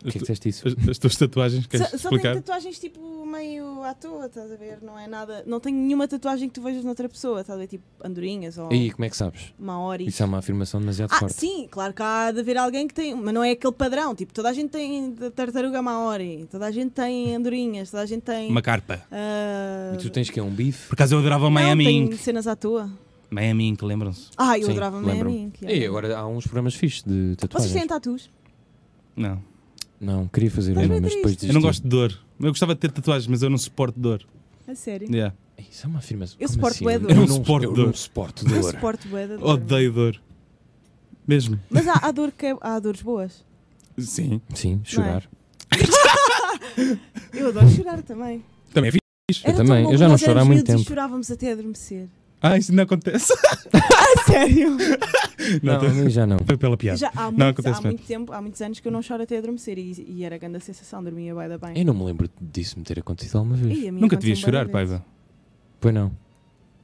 Speaker 2: Por que é que disseste isso?
Speaker 1: As, as tuas tatuagens, queres
Speaker 3: Só, só tenho
Speaker 1: explicar?
Speaker 3: tatuagens tipo meio à toa, estás a ver? Não é nada. Não tenho nenhuma tatuagem que tu vejas noutra pessoa, estás a ver? Tipo andorinhas ou
Speaker 2: E aí, como é que sabes?
Speaker 3: maoris.
Speaker 2: Isso é uma afirmação demasiado
Speaker 3: Ah,
Speaker 2: forte.
Speaker 3: sim, claro que há de haver alguém que tem, mas não é aquele padrão. Tipo, toda a gente tem tartaruga maori, toda a gente tem andorinhas, toda a gente tem.
Speaker 1: Uma carpa.
Speaker 3: ah,
Speaker 2: E tu tens que é um bife?
Speaker 1: Por acaso eu adorava Miami
Speaker 3: não,
Speaker 1: Ink.
Speaker 3: tem cenas à toa.
Speaker 1: Miami Ink, lembram-se?
Speaker 3: Ah, eu
Speaker 2: Sim,
Speaker 3: adorava
Speaker 2: lembro-me.
Speaker 3: Miami Ink.
Speaker 2: E agora há uns programas fixos de
Speaker 3: é. Vocês
Speaker 2: tatuagens.
Speaker 3: têm tatus?
Speaker 1: Não.
Speaker 2: Não, queria fazer
Speaker 3: Mas
Speaker 2: uma,
Speaker 3: não
Speaker 2: mas depois
Speaker 3: triste.
Speaker 1: Eu não gosto de dor. Eu gostava de ter tatuagens, mas eu não suporto dor.
Speaker 3: A sério?
Speaker 1: Yeah.
Speaker 2: desisti. Isso é uma afirmação.
Speaker 3: Eu
Speaker 2: Como
Speaker 3: suporto
Speaker 2: assim?
Speaker 3: bué
Speaker 2: Eu
Speaker 3: dor.
Speaker 1: Eu não
Speaker 2: não
Speaker 1: suporto
Speaker 2: eu
Speaker 1: dor.
Speaker 2: não suporto
Speaker 3: Eu
Speaker 2: dor.
Speaker 3: suporto bué da dor.
Speaker 1: Odeio dor. Mesmo.
Speaker 3: Mas há, há dor que é- há dores boas.
Speaker 1: Sim.
Speaker 3: é?
Speaker 2: Sim, chorar.
Speaker 3: Eu adoro chorar também.
Speaker 1: Também vi.
Speaker 2: Eu
Speaker 3: Era tão
Speaker 2: também.
Speaker 3: bom
Speaker 2: Eu já
Speaker 3: quando
Speaker 2: não
Speaker 3: nós
Speaker 2: choro há
Speaker 3: éramos
Speaker 2: muito
Speaker 3: miúdos e
Speaker 2: tempo.
Speaker 3: chorávamos até adormecer.
Speaker 1: Ah, isso não acontece.
Speaker 3: A sério?
Speaker 1: Não,
Speaker 2: Não, a mim já não.
Speaker 1: Foi pela piada.
Speaker 3: Já há,
Speaker 1: Não,
Speaker 3: muitos,
Speaker 1: acontece
Speaker 3: há
Speaker 1: mesmo.
Speaker 3: muito tempo, há muitos anos que eu não choro até adormecer e, e era grande a sensação, dormia bué da bem.
Speaker 2: Eu não me lembro disso me ter acontecido alguma vez.
Speaker 3: Ih, a mim
Speaker 1: Nunca
Speaker 3: aconteceu
Speaker 1: te devia
Speaker 3: bué
Speaker 1: chorar,
Speaker 3: da
Speaker 1: Paiva.
Speaker 2: Pois não.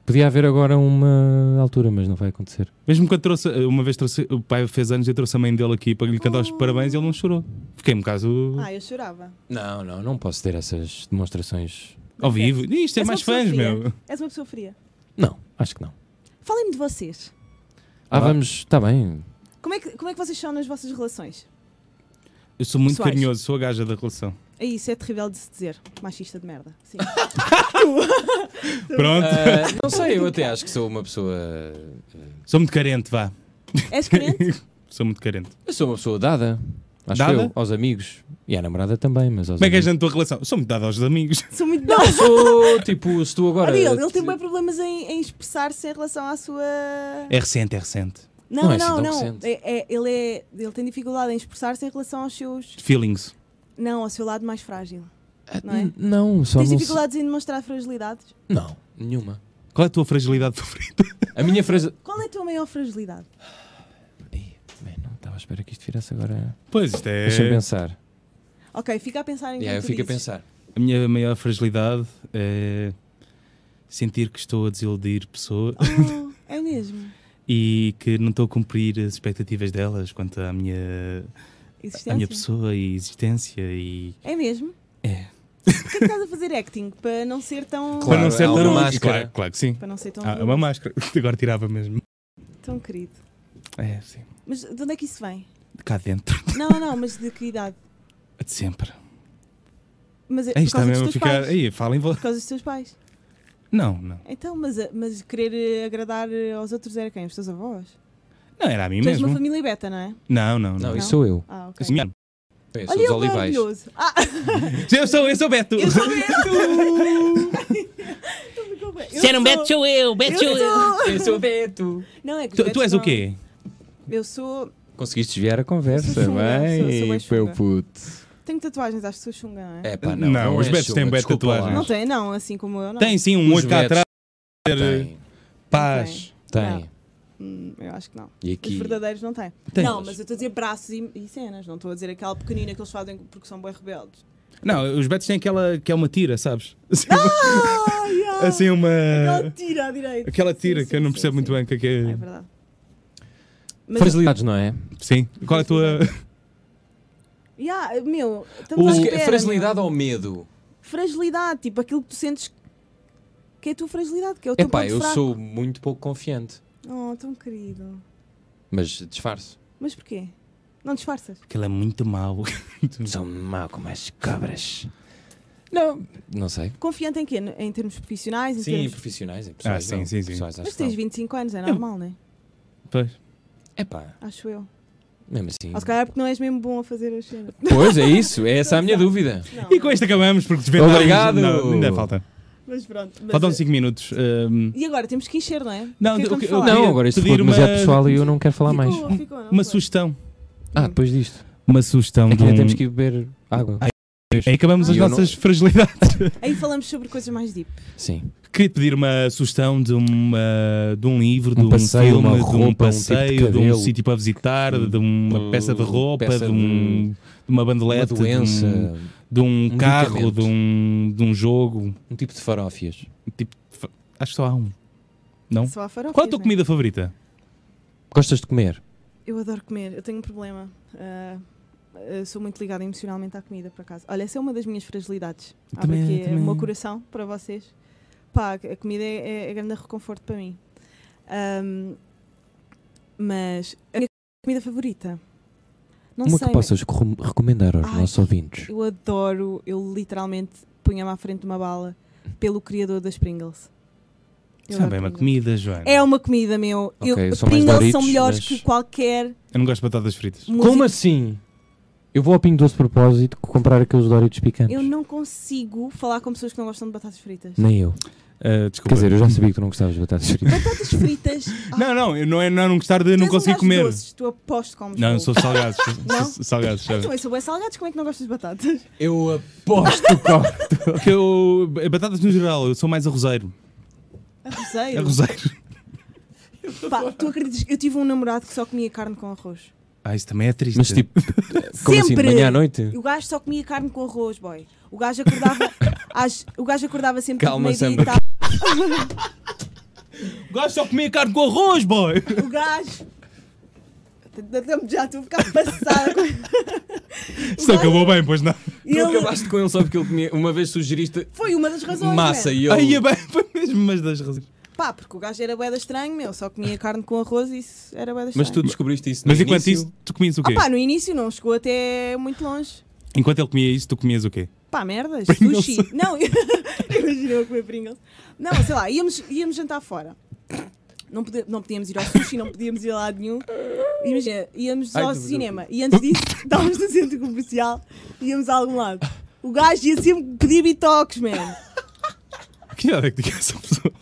Speaker 2: Podia haver agora uma altura, mas não vai acontecer.
Speaker 1: Mesmo quando trouxe, uma vez trouxe, o Paiva fez anos e eu trouxe a mãe dele aqui para lhe cantar os
Speaker 3: Oh.
Speaker 1: parabéns e ele não chorou. Fiquei um bocado
Speaker 3: vez. Ah, eu chorava.
Speaker 2: Não, não, não posso ter essas demonstrações.
Speaker 1: ao vivo. Isto é
Speaker 3: És uma
Speaker 1: mais
Speaker 3: pessoa
Speaker 1: fãs,
Speaker 3: fria.
Speaker 1: meu.
Speaker 3: És uma pessoa fria.
Speaker 2: Não, acho que não.
Speaker 3: Falem-me de vocês.
Speaker 2: Ah,
Speaker 1: Ah.
Speaker 2: vamos, está bem.
Speaker 3: Como é, que, como é que vocês são nas vossas relações?
Speaker 1: Eu sou muito
Speaker 3: Pessoais.
Speaker 1: carinhoso, sou a gaja da relação.
Speaker 3: É isso, é terrível de se dizer. Machista de merda. Sim.
Speaker 1: Pronto.
Speaker 2: Ah, não sei, eu até acho que sou uma pessoa.
Speaker 3: Ah.
Speaker 1: Sou muito carente, vá.
Speaker 3: És crente?
Speaker 1: Sou muito carente.
Speaker 2: Eu sou uma pessoa dada. Acho
Speaker 1: Dada?
Speaker 2: eu, aos amigos. E à namorada também, mas aos
Speaker 1: Como é que és
Speaker 2: amigos.
Speaker 1: na tua relação? Sou muito dado aos amigos.
Speaker 3: Sou muito
Speaker 2: Não,
Speaker 3: dada.
Speaker 2: sou tipo, se tu agora.
Speaker 3: Olha, ele, ele tem bem problemas em, em expressar-se em relação à sua.
Speaker 1: É recente, é recente.
Speaker 3: Não,
Speaker 2: Não é assim
Speaker 3: não,
Speaker 2: tão
Speaker 3: não.
Speaker 2: recente.
Speaker 3: É, é- ele, é, ele tem dificuldade em expressar-se em relação aos seus.
Speaker 1: Feelings.
Speaker 3: Não, ao seu lado mais frágil. não é?
Speaker 2: N- Ah, Não, só
Speaker 3: Tens
Speaker 2: não.
Speaker 3: dificuldades em demonstrar fragilidades?
Speaker 2: sei- Não, nenhuma.
Speaker 1: Qual é a tua fragilidade favorita?
Speaker 2: A minha frase.
Speaker 3: Qual é a tua maior fragilidade?
Speaker 2: Ih, bem, não estava à espera que isto virasse agora.
Speaker 1: Pois, isto é.
Speaker 2: Deixa-me pensar.
Speaker 3: Ok, fica a pensar em
Speaker 2: Yeah, eu
Speaker 3: quem tu
Speaker 2: fico a
Speaker 3: dizes.
Speaker 2: pensar.
Speaker 1: A minha maior fragilidade é sentir que estou a desiludir pessoas
Speaker 3: Oh, é mesmo.
Speaker 1: e que não estou a cumprir as expectativas delas quanto à minha,
Speaker 3: Existência.
Speaker 1: à minha pessoa e existência e.
Speaker 3: É mesmo?
Speaker 1: É.
Speaker 3: O que é que estás a fazer acting para não ser tão.
Speaker 2: Claro,
Speaker 1: Para não ser
Speaker 2: é uma
Speaker 1: tão-
Speaker 2: máscara.
Speaker 1: Claro, claro que sim.
Speaker 3: Para não ser tão,
Speaker 1: Ah, é uma máscara. Agora tirava mesmo.
Speaker 3: tão querido.
Speaker 1: É, sim.
Speaker 3: Mas de onde é que isso vem?
Speaker 1: De cá dentro.
Speaker 3: Não, não, mas de que idade?
Speaker 1: De sempre.
Speaker 3: Mas é
Speaker 1: Aí
Speaker 3: por
Speaker 1: está
Speaker 3: causa dos
Speaker 1: mesmo a
Speaker 3: teus
Speaker 1: ficar.
Speaker 3: pais.
Speaker 1: Aí, falem. vo-
Speaker 3: Por causa dos teus pais.
Speaker 1: Não, não.
Speaker 3: Então, mas, mas querer eh, agradar eh, aos outros era quem? Os teus avós?
Speaker 1: Não, era a mim
Speaker 3: Tu és
Speaker 1: mesmo.
Speaker 3: uma família beta, não é?
Speaker 1: Não, não,
Speaker 2: Não,
Speaker 1: não.
Speaker 2: isso sou eu.
Speaker 3: Ah, ok.
Speaker 1: Eu sou mesmo.
Speaker 2: Eu sou dos
Speaker 3: Olha, ele é
Speaker 2: olivais.
Speaker 3: maravilhoso. Ah,
Speaker 1: Eu sou, eu sou Beto.
Speaker 3: eu sou Beto! Tu ficou bem. Eu sou-
Speaker 1: sou eu,
Speaker 3: eu sou-
Speaker 2: Eu sou Beto.
Speaker 3: Não, é que os
Speaker 1: Tu, tu
Speaker 3: Betos
Speaker 1: és o
Speaker 3: não-
Speaker 1: quê?
Speaker 3: Eu sou.
Speaker 2: Conseguiste desviar a conversa,
Speaker 3: Eu sou chunga, sou- sou bem
Speaker 2: bem. Foi
Speaker 3: chunga.
Speaker 2: o puto.
Speaker 3: Tenho tatuagens, acho que sou chunga, não é?
Speaker 2: É pá, não.
Speaker 1: Não, os
Speaker 2: é
Speaker 1: Betos
Speaker 2: chunga,
Speaker 1: têm bué
Speaker 2: desculpa lá.
Speaker 1: tatuagens.
Speaker 3: Não tem, não, assim como eu, não.
Speaker 1: Tem sim um
Speaker 2: Os
Speaker 1: olho cá
Speaker 2: Betos.
Speaker 1: atrás. ter
Speaker 2: Tem,
Speaker 1: Paz.
Speaker 2: tem.
Speaker 3: Hum, eu acho que não.
Speaker 2: E
Speaker 3: Os
Speaker 2: aqui.
Speaker 3: verdadeiros não têm.
Speaker 1: Tem.
Speaker 3: Não, mas eu estou a dizer braços e, e cenas, não estou a dizer aquela pequenina que eles fazem porque são bem rebeldes.
Speaker 1: Não, os Betos têm aquela que é uma tira, sabes? Assim,
Speaker 3: Ah, yeah.
Speaker 1: assim uma.
Speaker 3: Aquela tira à direita.
Speaker 1: Aquela
Speaker 3: Sim,
Speaker 1: tira
Speaker 3: sim,
Speaker 1: que eu não
Speaker 3: sim,
Speaker 1: percebo
Speaker 3: sim.
Speaker 1: muito bem o que é que
Speaker 3: Ah, É
Speaker 1: é.
Speaker 3: verdade. Mas,
Speaker 2: Fragilidades, não é?
Speaker 1: Sim. Qual é a tua.
Speaker 3: yeah, meu, estamos à
Speaker 2: Acho que é
Speaker 3: espera, meu.
Speaker 2: fragilidade ao medo.
Speaker 3: Fragilidade, tipo aquilo que tu sentes que é a tua fragilidade, que é o
Speaker 2: É
Speaker 3: teu
Speaker 2: pá,
Speaker 3: ponto
Speaker 2: eu
Speaker 3: fraco.
Speaker 2: sou muito pouco confiante.
Speaker 3: Oh, tão querido.
Speaker 2: Mas disfarço.
Speaker 3: Mas porquê? Não disfarças?
Speaker 1: Aquilo é muito mau.
Speaker 2: São mau como as cobras. Não, não sei.
Speaker 3: Confiante em quê? No- Em termos profissionais? Em
Speaker 2: Sim,
Speaker 3: termos...
Speaker 2: profissionais, em pessoas.
Speaker 1: Ah, sim,
Speaker 2: não.
Speaker 1: sim, sim.
Speaker 2: Pessoas, acho
Speaker 3: Mas
Speaker 2: que não.
Speaker 3: tens 25 anos, é normal, não é?
Speaker 1: Pois.
Speaker 2: É pá,
Speaker 3: Acho eu.
Speaker 2: mesmo assim.
Speaker 3: Ou se calhar é porque não és mesmo bom a fazer as cenas.
Speaker 2: Pois é isso, é essa a minha dúvida.
Speaker 3: Não.
Speaker 1: E com isto acabamos, porque desvendámos.
Speaker 2: Obrigado.
Speaker 1: Não, ainda falta.
Speaker 3: Mas pronto. mas-
Speaker 1: Faltam 5 minutos. Ahm,
Speaker 3: E agora temos que encher, não é?
Speaker 1: Não,
Speaker 3: O que é que
Speaker 1: o que- Não,
Speaker 3: vamos falar?
Speaker 2: Não,
Speaker 1: queria
Speaker 2: agora isto
Speaker 1: pedir
Speaker 2: ficou demasiado
Speaker 1: uma-
Speaker 2: pessoal e eu não quero falar
Speaker 3: Ficou-
Speaker 2: mais.
Speaker 3: ficou, não
Speaker 1: uma
Speaker 3: foi?
Speaker 1: sugestão.
Speaker 2: Ah, depois disto.
Speaker 1: Uma sugestão.
Speaker 2: Aqui
Speaker 1: de um-
Speaker 2: temos É que ir beber água.
Speaker 1: Ai. Aí acabamos
Speaker 3: Ah.
Speaker 1: as
Speaker 2: E eu
Speaker 1: nossas fragilidades.
Speaker 3: Aí falamos sobre coisas mais deep.
Speaker 2: Sim.
Speaker 1: Queria pedir uma sugestão de, uma, de um livro, de
Speaker 2: Um
Speaker 1: um
Speaker 2: passeio,
Speaker 1: filme,
Speaker 2: uma
Speaker 1: de
Speaker 2: roupa, um
Speaker 1: um
Speaker 2: tipo de
Speaker 1: passeio, de, um
Speaker 2: cabelo.
Speaker 1: sítio para visitar, de uma
Speaker 2: Hum,
Speaker 1: peça de roupa,
Speaker 2: peça
Speaker 1: de, um- de uma
Speaker 2: Uma
Speaker 1: bandelete,
Speaker 2: doença,
Speaker 1: de um, de um
Speaker 2: um
Speaker 1: carro,
Speaker 2: medicamento.
Speaker 1: de um, de um jogo.
Speaker 2: um tipo de farófias.
Speaker 1: Tipo, fa- acho que só há um. Não?
Speaker 3: Só a farofa.
Speaker 1: Qual é a tua comida favorita?
Speaker 2: Gostas de comer?
Speaker 3: Eu adoro comer, eu tenho um problema. Ah, ah, sou muito ligada emocionalmente à comida, por acaso. Olha, essa é uma das minhas fragilidades. Abre
Speaker 1: Também é,
Speaker 3: aqui
Speaker 1: também
Speaker 3: o meu
Speaker 1: é.
Speaker 3: coração para vocês. Pá, a comida é, é, é grande reconforto para mim. Ahm, mas a minha comida favorita. Não
Speaker 2: Uma
Speaker 3: sei.
Speaker 2: que possas recom- recomendar aos
Speaker 3: Ai.
Speaker 2: nossos ouvintes.
Speaker 3: Eu adoro, eu literalmente punha-me à frente de uma bala pelo criador das Pringles.
Speaker 1: Isso
Speaker 3: Eu
Speaker 1: é
Speaker 3: adoro
Speaker 1: bem uma
Speaker 3: Pringles.
Speaker 1: comida, Joana.
Speaker 3: É uma comida, meu.
Speaker 2: Ok,
Speaker 3: Eu-
Speaker 2: eu sou mais
Speaker 3: Pringles são
Speaker 2: Doritos,
Speaker 3: melhores
Speaker 2: mas-
Speaker 3: que qualquer
Speaker 1: Eu não gosto de batatas fritas.
Speaker 3: música.
Speaker 2: Como assim? Eu vou ao Pingo Doce de propósito comprar aqueles Doritos picantes.
Speaker 3: Eu não consigo falar com pessoas que não gostam de batatas fritas.
Speaker 2: Nem eu.
Speaker 1: Ah,
Speaker 2: Quer
Speaker 1: desculpa.
Speaker 2: dizer, eu já sabia que tu não gostavas de batatas fritas.
Speaker 3: Batatas fritas.
Speaker 1: Não, não, eu não é não, não gostar de não conseguir
Speaker 3: conseguir
Speaker 1: comer.
Speaker 3: um Doces, tu aposto que comes
Speaker 1: Não, eu
Speaker 3: bolo.
Speaker 1: sou salgados. sou-
Speaker 3: Não?
Speaker 1: sou salgados,
Speaker 3: Ah,
Speaker 1: sabe?
Speaker 3: também sou bem salgados, como é que não gostas de batatas?
Speaker 2: Eu aposto,
Speaker 1: Porque eu. Batatas no geral, eu sou mais arrozeiro.
Speaker 3: Arrozeiro.
Speaker 1: Arrozeiro.
Speaker 3: Pá, tu acreditas? Eu tive um namorado que só comia carne com arroz.
Speaker 1: Ah, isso também é triste.
Speaker 2: Mas tipo, como assim? De
Speaker 3: Sempre.
Speaker 2: manhã à noite?
Speaker 3: E o gajo só comia carne com arroz, boy. O gajo acordava, às- o gajo acordava sempre
Speaker 2: Calma,
Speaker 3: meio
Speaker 2: Sandra.
Speaker 1: Gosto só comer carne com arroz, boy!
Speaker 3: O gajo. Já estou a ficar passada.
Speaker 1: Isto acabou bem, pois não.
Speaker 3: Ele
Speaker 2: com ele só porque ele comia. Uma vez sugeriste
Speaker 3: foi uma das razões. man.
Speaker 2: e
Speaker 1: Aí é bem, foi mesmo, mas das razões.
Speaker 3: Pá, porque o gajo era boeda estranho, meu. Só comia carne com arroz e isso era boeda estranho.
Speaker 2: Mas tu descobriste isso
Speaker 1: Mas
Speaker 2: no
Speaker 1: enquanto
Speaker 2: início?
Speaker 1: isso, tu comias o quê?
Speaker 3: Ah pá, no início não chegou até muito longe.
Speaker 1: Enquanto ele comia isso, tu comias o quê?
Speaker 3: Pá, merdas,
Speaker 1: Pringles.
Speaker 3: sushi. Não, imagina eu a comer Pringles. Não, sei lá, íamos, íamos jantar fora. Não, pode- não podíamos ir ao sushi, não podíamos ir a lado nenhum. Imagina, íamos
Speaker 2: Ai,
Speaker 3: ao
Speaker 2: tu-
Speaker 3: cinema e antes disso estávamos no centro comercial e íamos a algum lado. O gajo ia sempre pedir bitoques, man.
Speaker 1: Que idade é que tinha essa pessoa?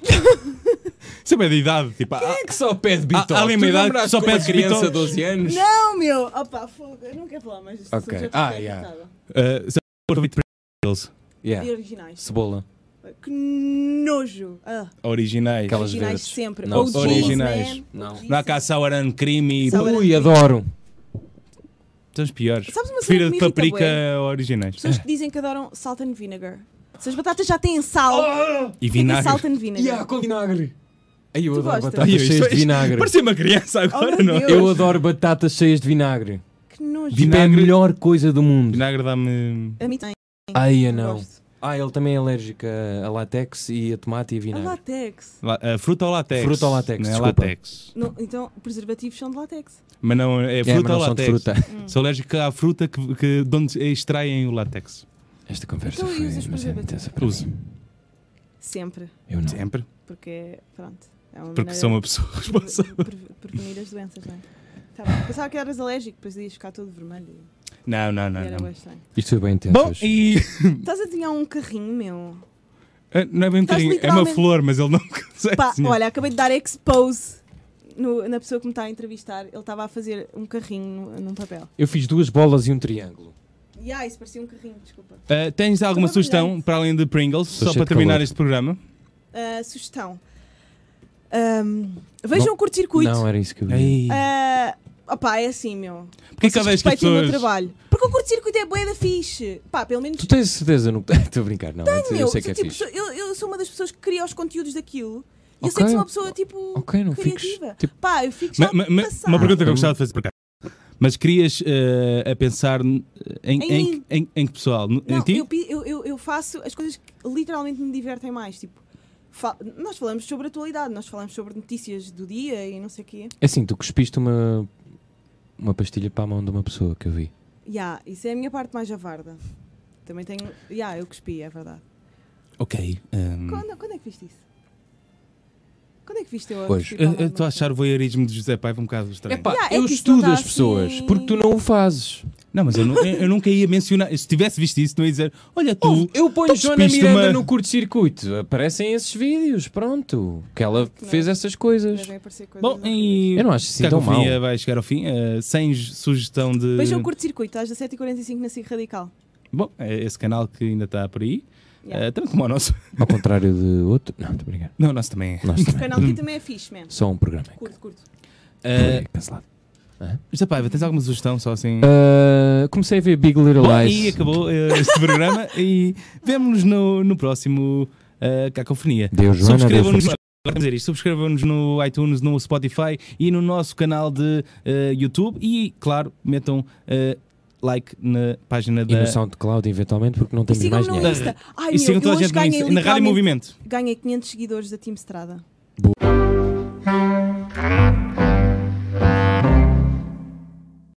Speaker 1: Isso é bem de idade, tipo. ah,
Speaker 4: que só pede
Speaker 1: Há- há ali uma idade que só pede bitoque.
Speaker 4: 12 anos.
Speaker 3: Não, meu! Opa, fogo, eu não quero falar mais disto.
Speaker 2: Ok.
Speaker 3: assunto, já
Speaker 2: Ah,
Speaker 3: fiquei
Speaker 2: yeah.
Speaker 3: irritada.
Speaker 1: ah, se eu for ouvir Pringles
Speaker 2: Yeah.
Speaker 3: E originais.
Speaker 2: Cebola.
Speaker 3: Que nojo! Ah,
Speaker 1: originais.
Speaker 2: Aquelas
Speaker 3: originais
Speaker 2: verdes.
Speaker 3: sempre.
Speaker 2: Não,
Speaker 3: OGs,
Speaker 1: originais.
Speaker 3: man.
Speaker 2: Não.
Speaker 3: OGs.
Speaker 1: Não há cá sour and creamy.
Speaker 3: Sour-
Speaker 2: Ui, adoro.
Speaker 1: São os piores.
Speaker 3: Sabes
Speaker 2: é
Speaker 3: uma
Speaker 1: Prefiro
Speaker 3: cena que
Speaker 1: a
Speaker 3: me
Speaker 1: de paprika
Speaker 3: irrita, bué?
Speaker 1: a originais.
Speaker 3: Pessoas que dizem que adoram salt and vinegar. Se as batatas já têm sal,
Speaker 1: E
Speaker 3: fica salt
Speaker 1: vinagre.
Speaker 3: and vinegar.
Speaker 2: com vinagre. Aí eu é-
Speaker 3: Tu
Speaker 2: adoro
Speaker 3: gostas?
Speaker 2: batatas
Speaker 1: Ai, eu-
Speaker 2: cheias de
Speaker 1: isto- é-
Speaker 2: vinagre. Oh,
Speaker 1: Parecia uma criança agora,
Speaker 3: meu
Speaker 1: não? é?
Speaker 3: Deus.
Speaker 2: Eu adoro batatas cheias de vinagre.
Speaker 3: Que nojo.
Speaker 1: Vinagre.
Speaker 2: Tipo, é a melhor coisa do mundo.
Speaker 1: Vinagre dá-me.
Speaker 3: A mim tem.
Speaker 2: Ai, eu não.
Speaker 3: gosto.
Speaker 2: Ah, ele também é alérgico a a látex e a tomate e a
Speaker 3: A
Speaker 2: vinagre.
Speaker 3: látex.
Speaker 1: la- ah, fruta ou látex?
Speaker 2: Fruta ou látex,
Speaker 1: Não é
Speaker 2: desculpa.
Speaker 1: látex.
Speaker 3: Não, então, preservativos são de Hum. látex.
Speaker 1: Mas não, é
Speaker 2: É, mas
Speaker 1: fruta
Speaker 2: não
Speaker 1: ou
Speaker 2: são de
Speaker 1: látex?
Speaker 2: fruta.
Speaker 1: Sou alérgico à fruta que, que, de onde extraem o látex.
Speaker 2: Esta conversa
Speaker 3: Então, e
Speaker 2: foi
Speaker 3: usas
Speaker 2: demasiado
Speaker 3: preservativo?
Speaker 2: intensa para
Speaker 1: Uso.
Speaker 2: mim.
Speaker 3: Sempre.
Speaker 2: Eu não.
Speaker 1: Sempre.
Speaker 3: Porque, pronto. É uma
Speaker 1: Porque
Speaker 3: maneira
Speaker 1: sou uma pessoa
Speaker 3: de
Speaker 1: responsável.
Speaker 3: pre- Prevenir as doenças, não é? Tá bem. Pensava que eras alérgico, depois ias ficar todo vermelho.
Speaker 1: Não, não, não.
Speaker 3: e era
Speaker 1: não.
Speaker 3: bem estranho.
Speaker 2: Isto foi bem intenso.
Speaker 1: Bom,
Speaker 2: hoje.
Speaker 1: e.
Speaker 3: Estás a desenhar um carrinho, meu.
Speaker 1: Ah, Não é bem um bocadinho.
Speaker 3: Estás
Speaker 1: É uma
Speaker 3: literalmente-
Speaker 1: flor, mas ele não consegue.
Speaker 3: Pá,
Speaker 1: desenhar.
Speaker 3: olha, acabei de dar expose no- na pessoa que me está a entrevistar. Ele estava a fazer um carrinho no- num papel.
Speaker 2: Eu fiz duas bolas e um triângulo.
Speaker 3: E ah, isso parecia um carrinho, desculpa.
Speaker 1: Ah, tens alguma
Speaker 3: Estou
Speaker 1: sugestão
Speaker 3: brilhante.
Speaker 1: para além de Pringles,
Speaker 2: Estou
Speaker 1: só
Speaker 2: cheio
Speaker 1: para
Speaker 2: de
Speaker 1: terminar
Speaker 2: calor.
Speaker 1: este programa?
Speaker 3: Ah, sugestão. Ahm, vejam
Speaker 2: Não-
Speaker 3: o curto-circuito.
Speaker 2: Não, era isso que eu ia.
Speaker 1: Ei. É,
Speaker 3: Ah, opá, é assim, meu.
Speaker 1: Porquê que cada vez que as
Speaker 3: respeitem o meu
Speaker 1: pessoas.
Speaker 3: trabalho. Porque o curto-circuito é bué da fixe. Pá, pelo menos...
Speaker 2: Tu tens certeza no que. Estou a brincar, não. eu-
Speaker 3: Meu,
Speaker 2: eu sei que é
Speaker 3: tipo,
Speaker 2: fixe.
Speaker 3: sou- eu, eu sou uma das pessoas que cria os conteúdos daquilo. E eu sei
Speaker 2: Ok.
Speaker 3: que sou uma pessoa, tipo,
Speaker 2: Ok, não fiques.
Speaker 3: criativa.
Speaker 2: Tipo,
Speaker 3: Pá, eu fico já
Speaker 1: Ma- ma- ma-
Speaker 3: passada.
Speaker 1: uma pergunta que eu gostava de fazer para cá. Mas querias eh, a pensar n- eh, em,
Speaker 3: Em
Speaker 1: em,
Speaker 3: mim.
Speaker 1: em, em que pessoal? N- em
Speaker 3: Não,
Speaker 1: ti? Eh,
Speaker 3: eu, pi- eu, eu, eu faço as coisas que literalmente me divertem mais. Tipo, fa- nós falamos sobre atualidade, nós falamos sobre notícias do dia e não sei o quê.
Speaker 2: é assim, tu cuspiste uma. Uma pastilha para a mão de uma pessoa que eu vi.
Speaker 3: Ya, isso é a minha parte mais javarda. Também tenho. Ya, eu cuspi, é verdade.
Speaker 1: Ok. ehm,
Speaker 3: Quando, quando é que viste isso? Quando é que viste eu a
Speaker 2: Hoje.
Speaker 3: cuspir
Speaker 1: eu eu
Speaker 3: para mão de
Speaker 1: estou a
Speaker 3: uma
Speaker 1: achar o voyeurismo de José Paiva um bocado estranho.
Speaker 2: Epá,
Speaker 3: Yeah, é
Speaker 2: eu
Speaker 3: que isso não
Speaker 2: estudo
Speaker 3: dá
Speaker 2: as pessoas
Speaker 3: assim-
Speaker 2: porque tu não o fazes.
Speaker 1: Não, mas eu, nu- eu- eu nunca ia mencionar. Se tivesse visto isso, não ia dizer: Olha, tu.
Speaker 2: Ouve, eu ponho
Speaker 1: tu
Speaker 2: Joana
Speaker 1: cuspiste
Speaker 2: Miranda
Speaker 1: uma-
Speaker 2: no curto-circuito. Aparecem esses vídeos, pronto. Que ela
Speaker 3: não.
Speaker 2: fez essas
Speaker 3: pessoa?
Speaker 2: coisas.
Speaker 3: Devem é aparecer coisas
Speaker 1: Bom,
Speaker 3: horríveis.
Speaker 1: e.
Speaker 2: Eu não acho assim
Speaker 1: Cá
Speaker 2: tão
Speaker 1: com o
Speaker 2: mal.
Speaker 1: fim, eh, vai chegar ao fim, eh, sem ju- sugestão de.
Speaker 3: Vejam o curto-circuito, às 7h45 na SIC Radical.
Speaker 1: Bom, é esse canal que ainda está por aí.
Speaker 3: Ya.
Speaker 1: eh, também como o nosso.
Speaker 2: Ao contrário de outro. Não, muito obrigado.
Speaker 1: Não, o nosso também é.
Speaker 2: Nós
Speaker 3: O
Speaker 2: também.
Speaker 3: canal aqui também é fixe, man.
Speaker 2: Só um programa.
Speaker 3: Curto, curto.
Speaker 1: Eh,
Speaker 2: Foi cancelado.
Speaker 1: José Paiva, tens alguma sugestão só assim?
Speaker 2: Ah, comecei a ver Big Little
Speaker 1: Bom, e
Speaker 2: Lies.
Speaker 1: acabou eh, este programa e vemos-nos no, no próximo eh, Cacofonia.
Speaker 2: Deus, Joana, Deus,
Speaker 1: Subscrevam-nos
Speaker 2: Francisco.
Speaker 1: Agora temos a dizer isto. Subscrevam-nos no iTunes, no Spotify e no nosso canal de eh, YouTube. E, claro, metam eh, like na página
Speaker 2: E
Speaker 1: da.
Speaker 2: no SoundCloud, eventualmente, porque não
Speaker 3: E
Speaker 2: temos mais
Speaker 3: sigam-me no
Speaker 2: ninguém.
Speaker 3: Insta. Ai,
Speaker 1: E
Speaker 3: meu,
Speaker 1: sigam toda
Speaker 3: eu
Speaker 1: a
Speaker 3: hoje
Speaker 1: gente no
Speaker 3: ganhei
Speaker 1: Insta- na Rádio
Speaker 3: literalmente-
Speaker 1: Movimento.
Speaker 3: ganhei 500 seguidores da Team Estrada.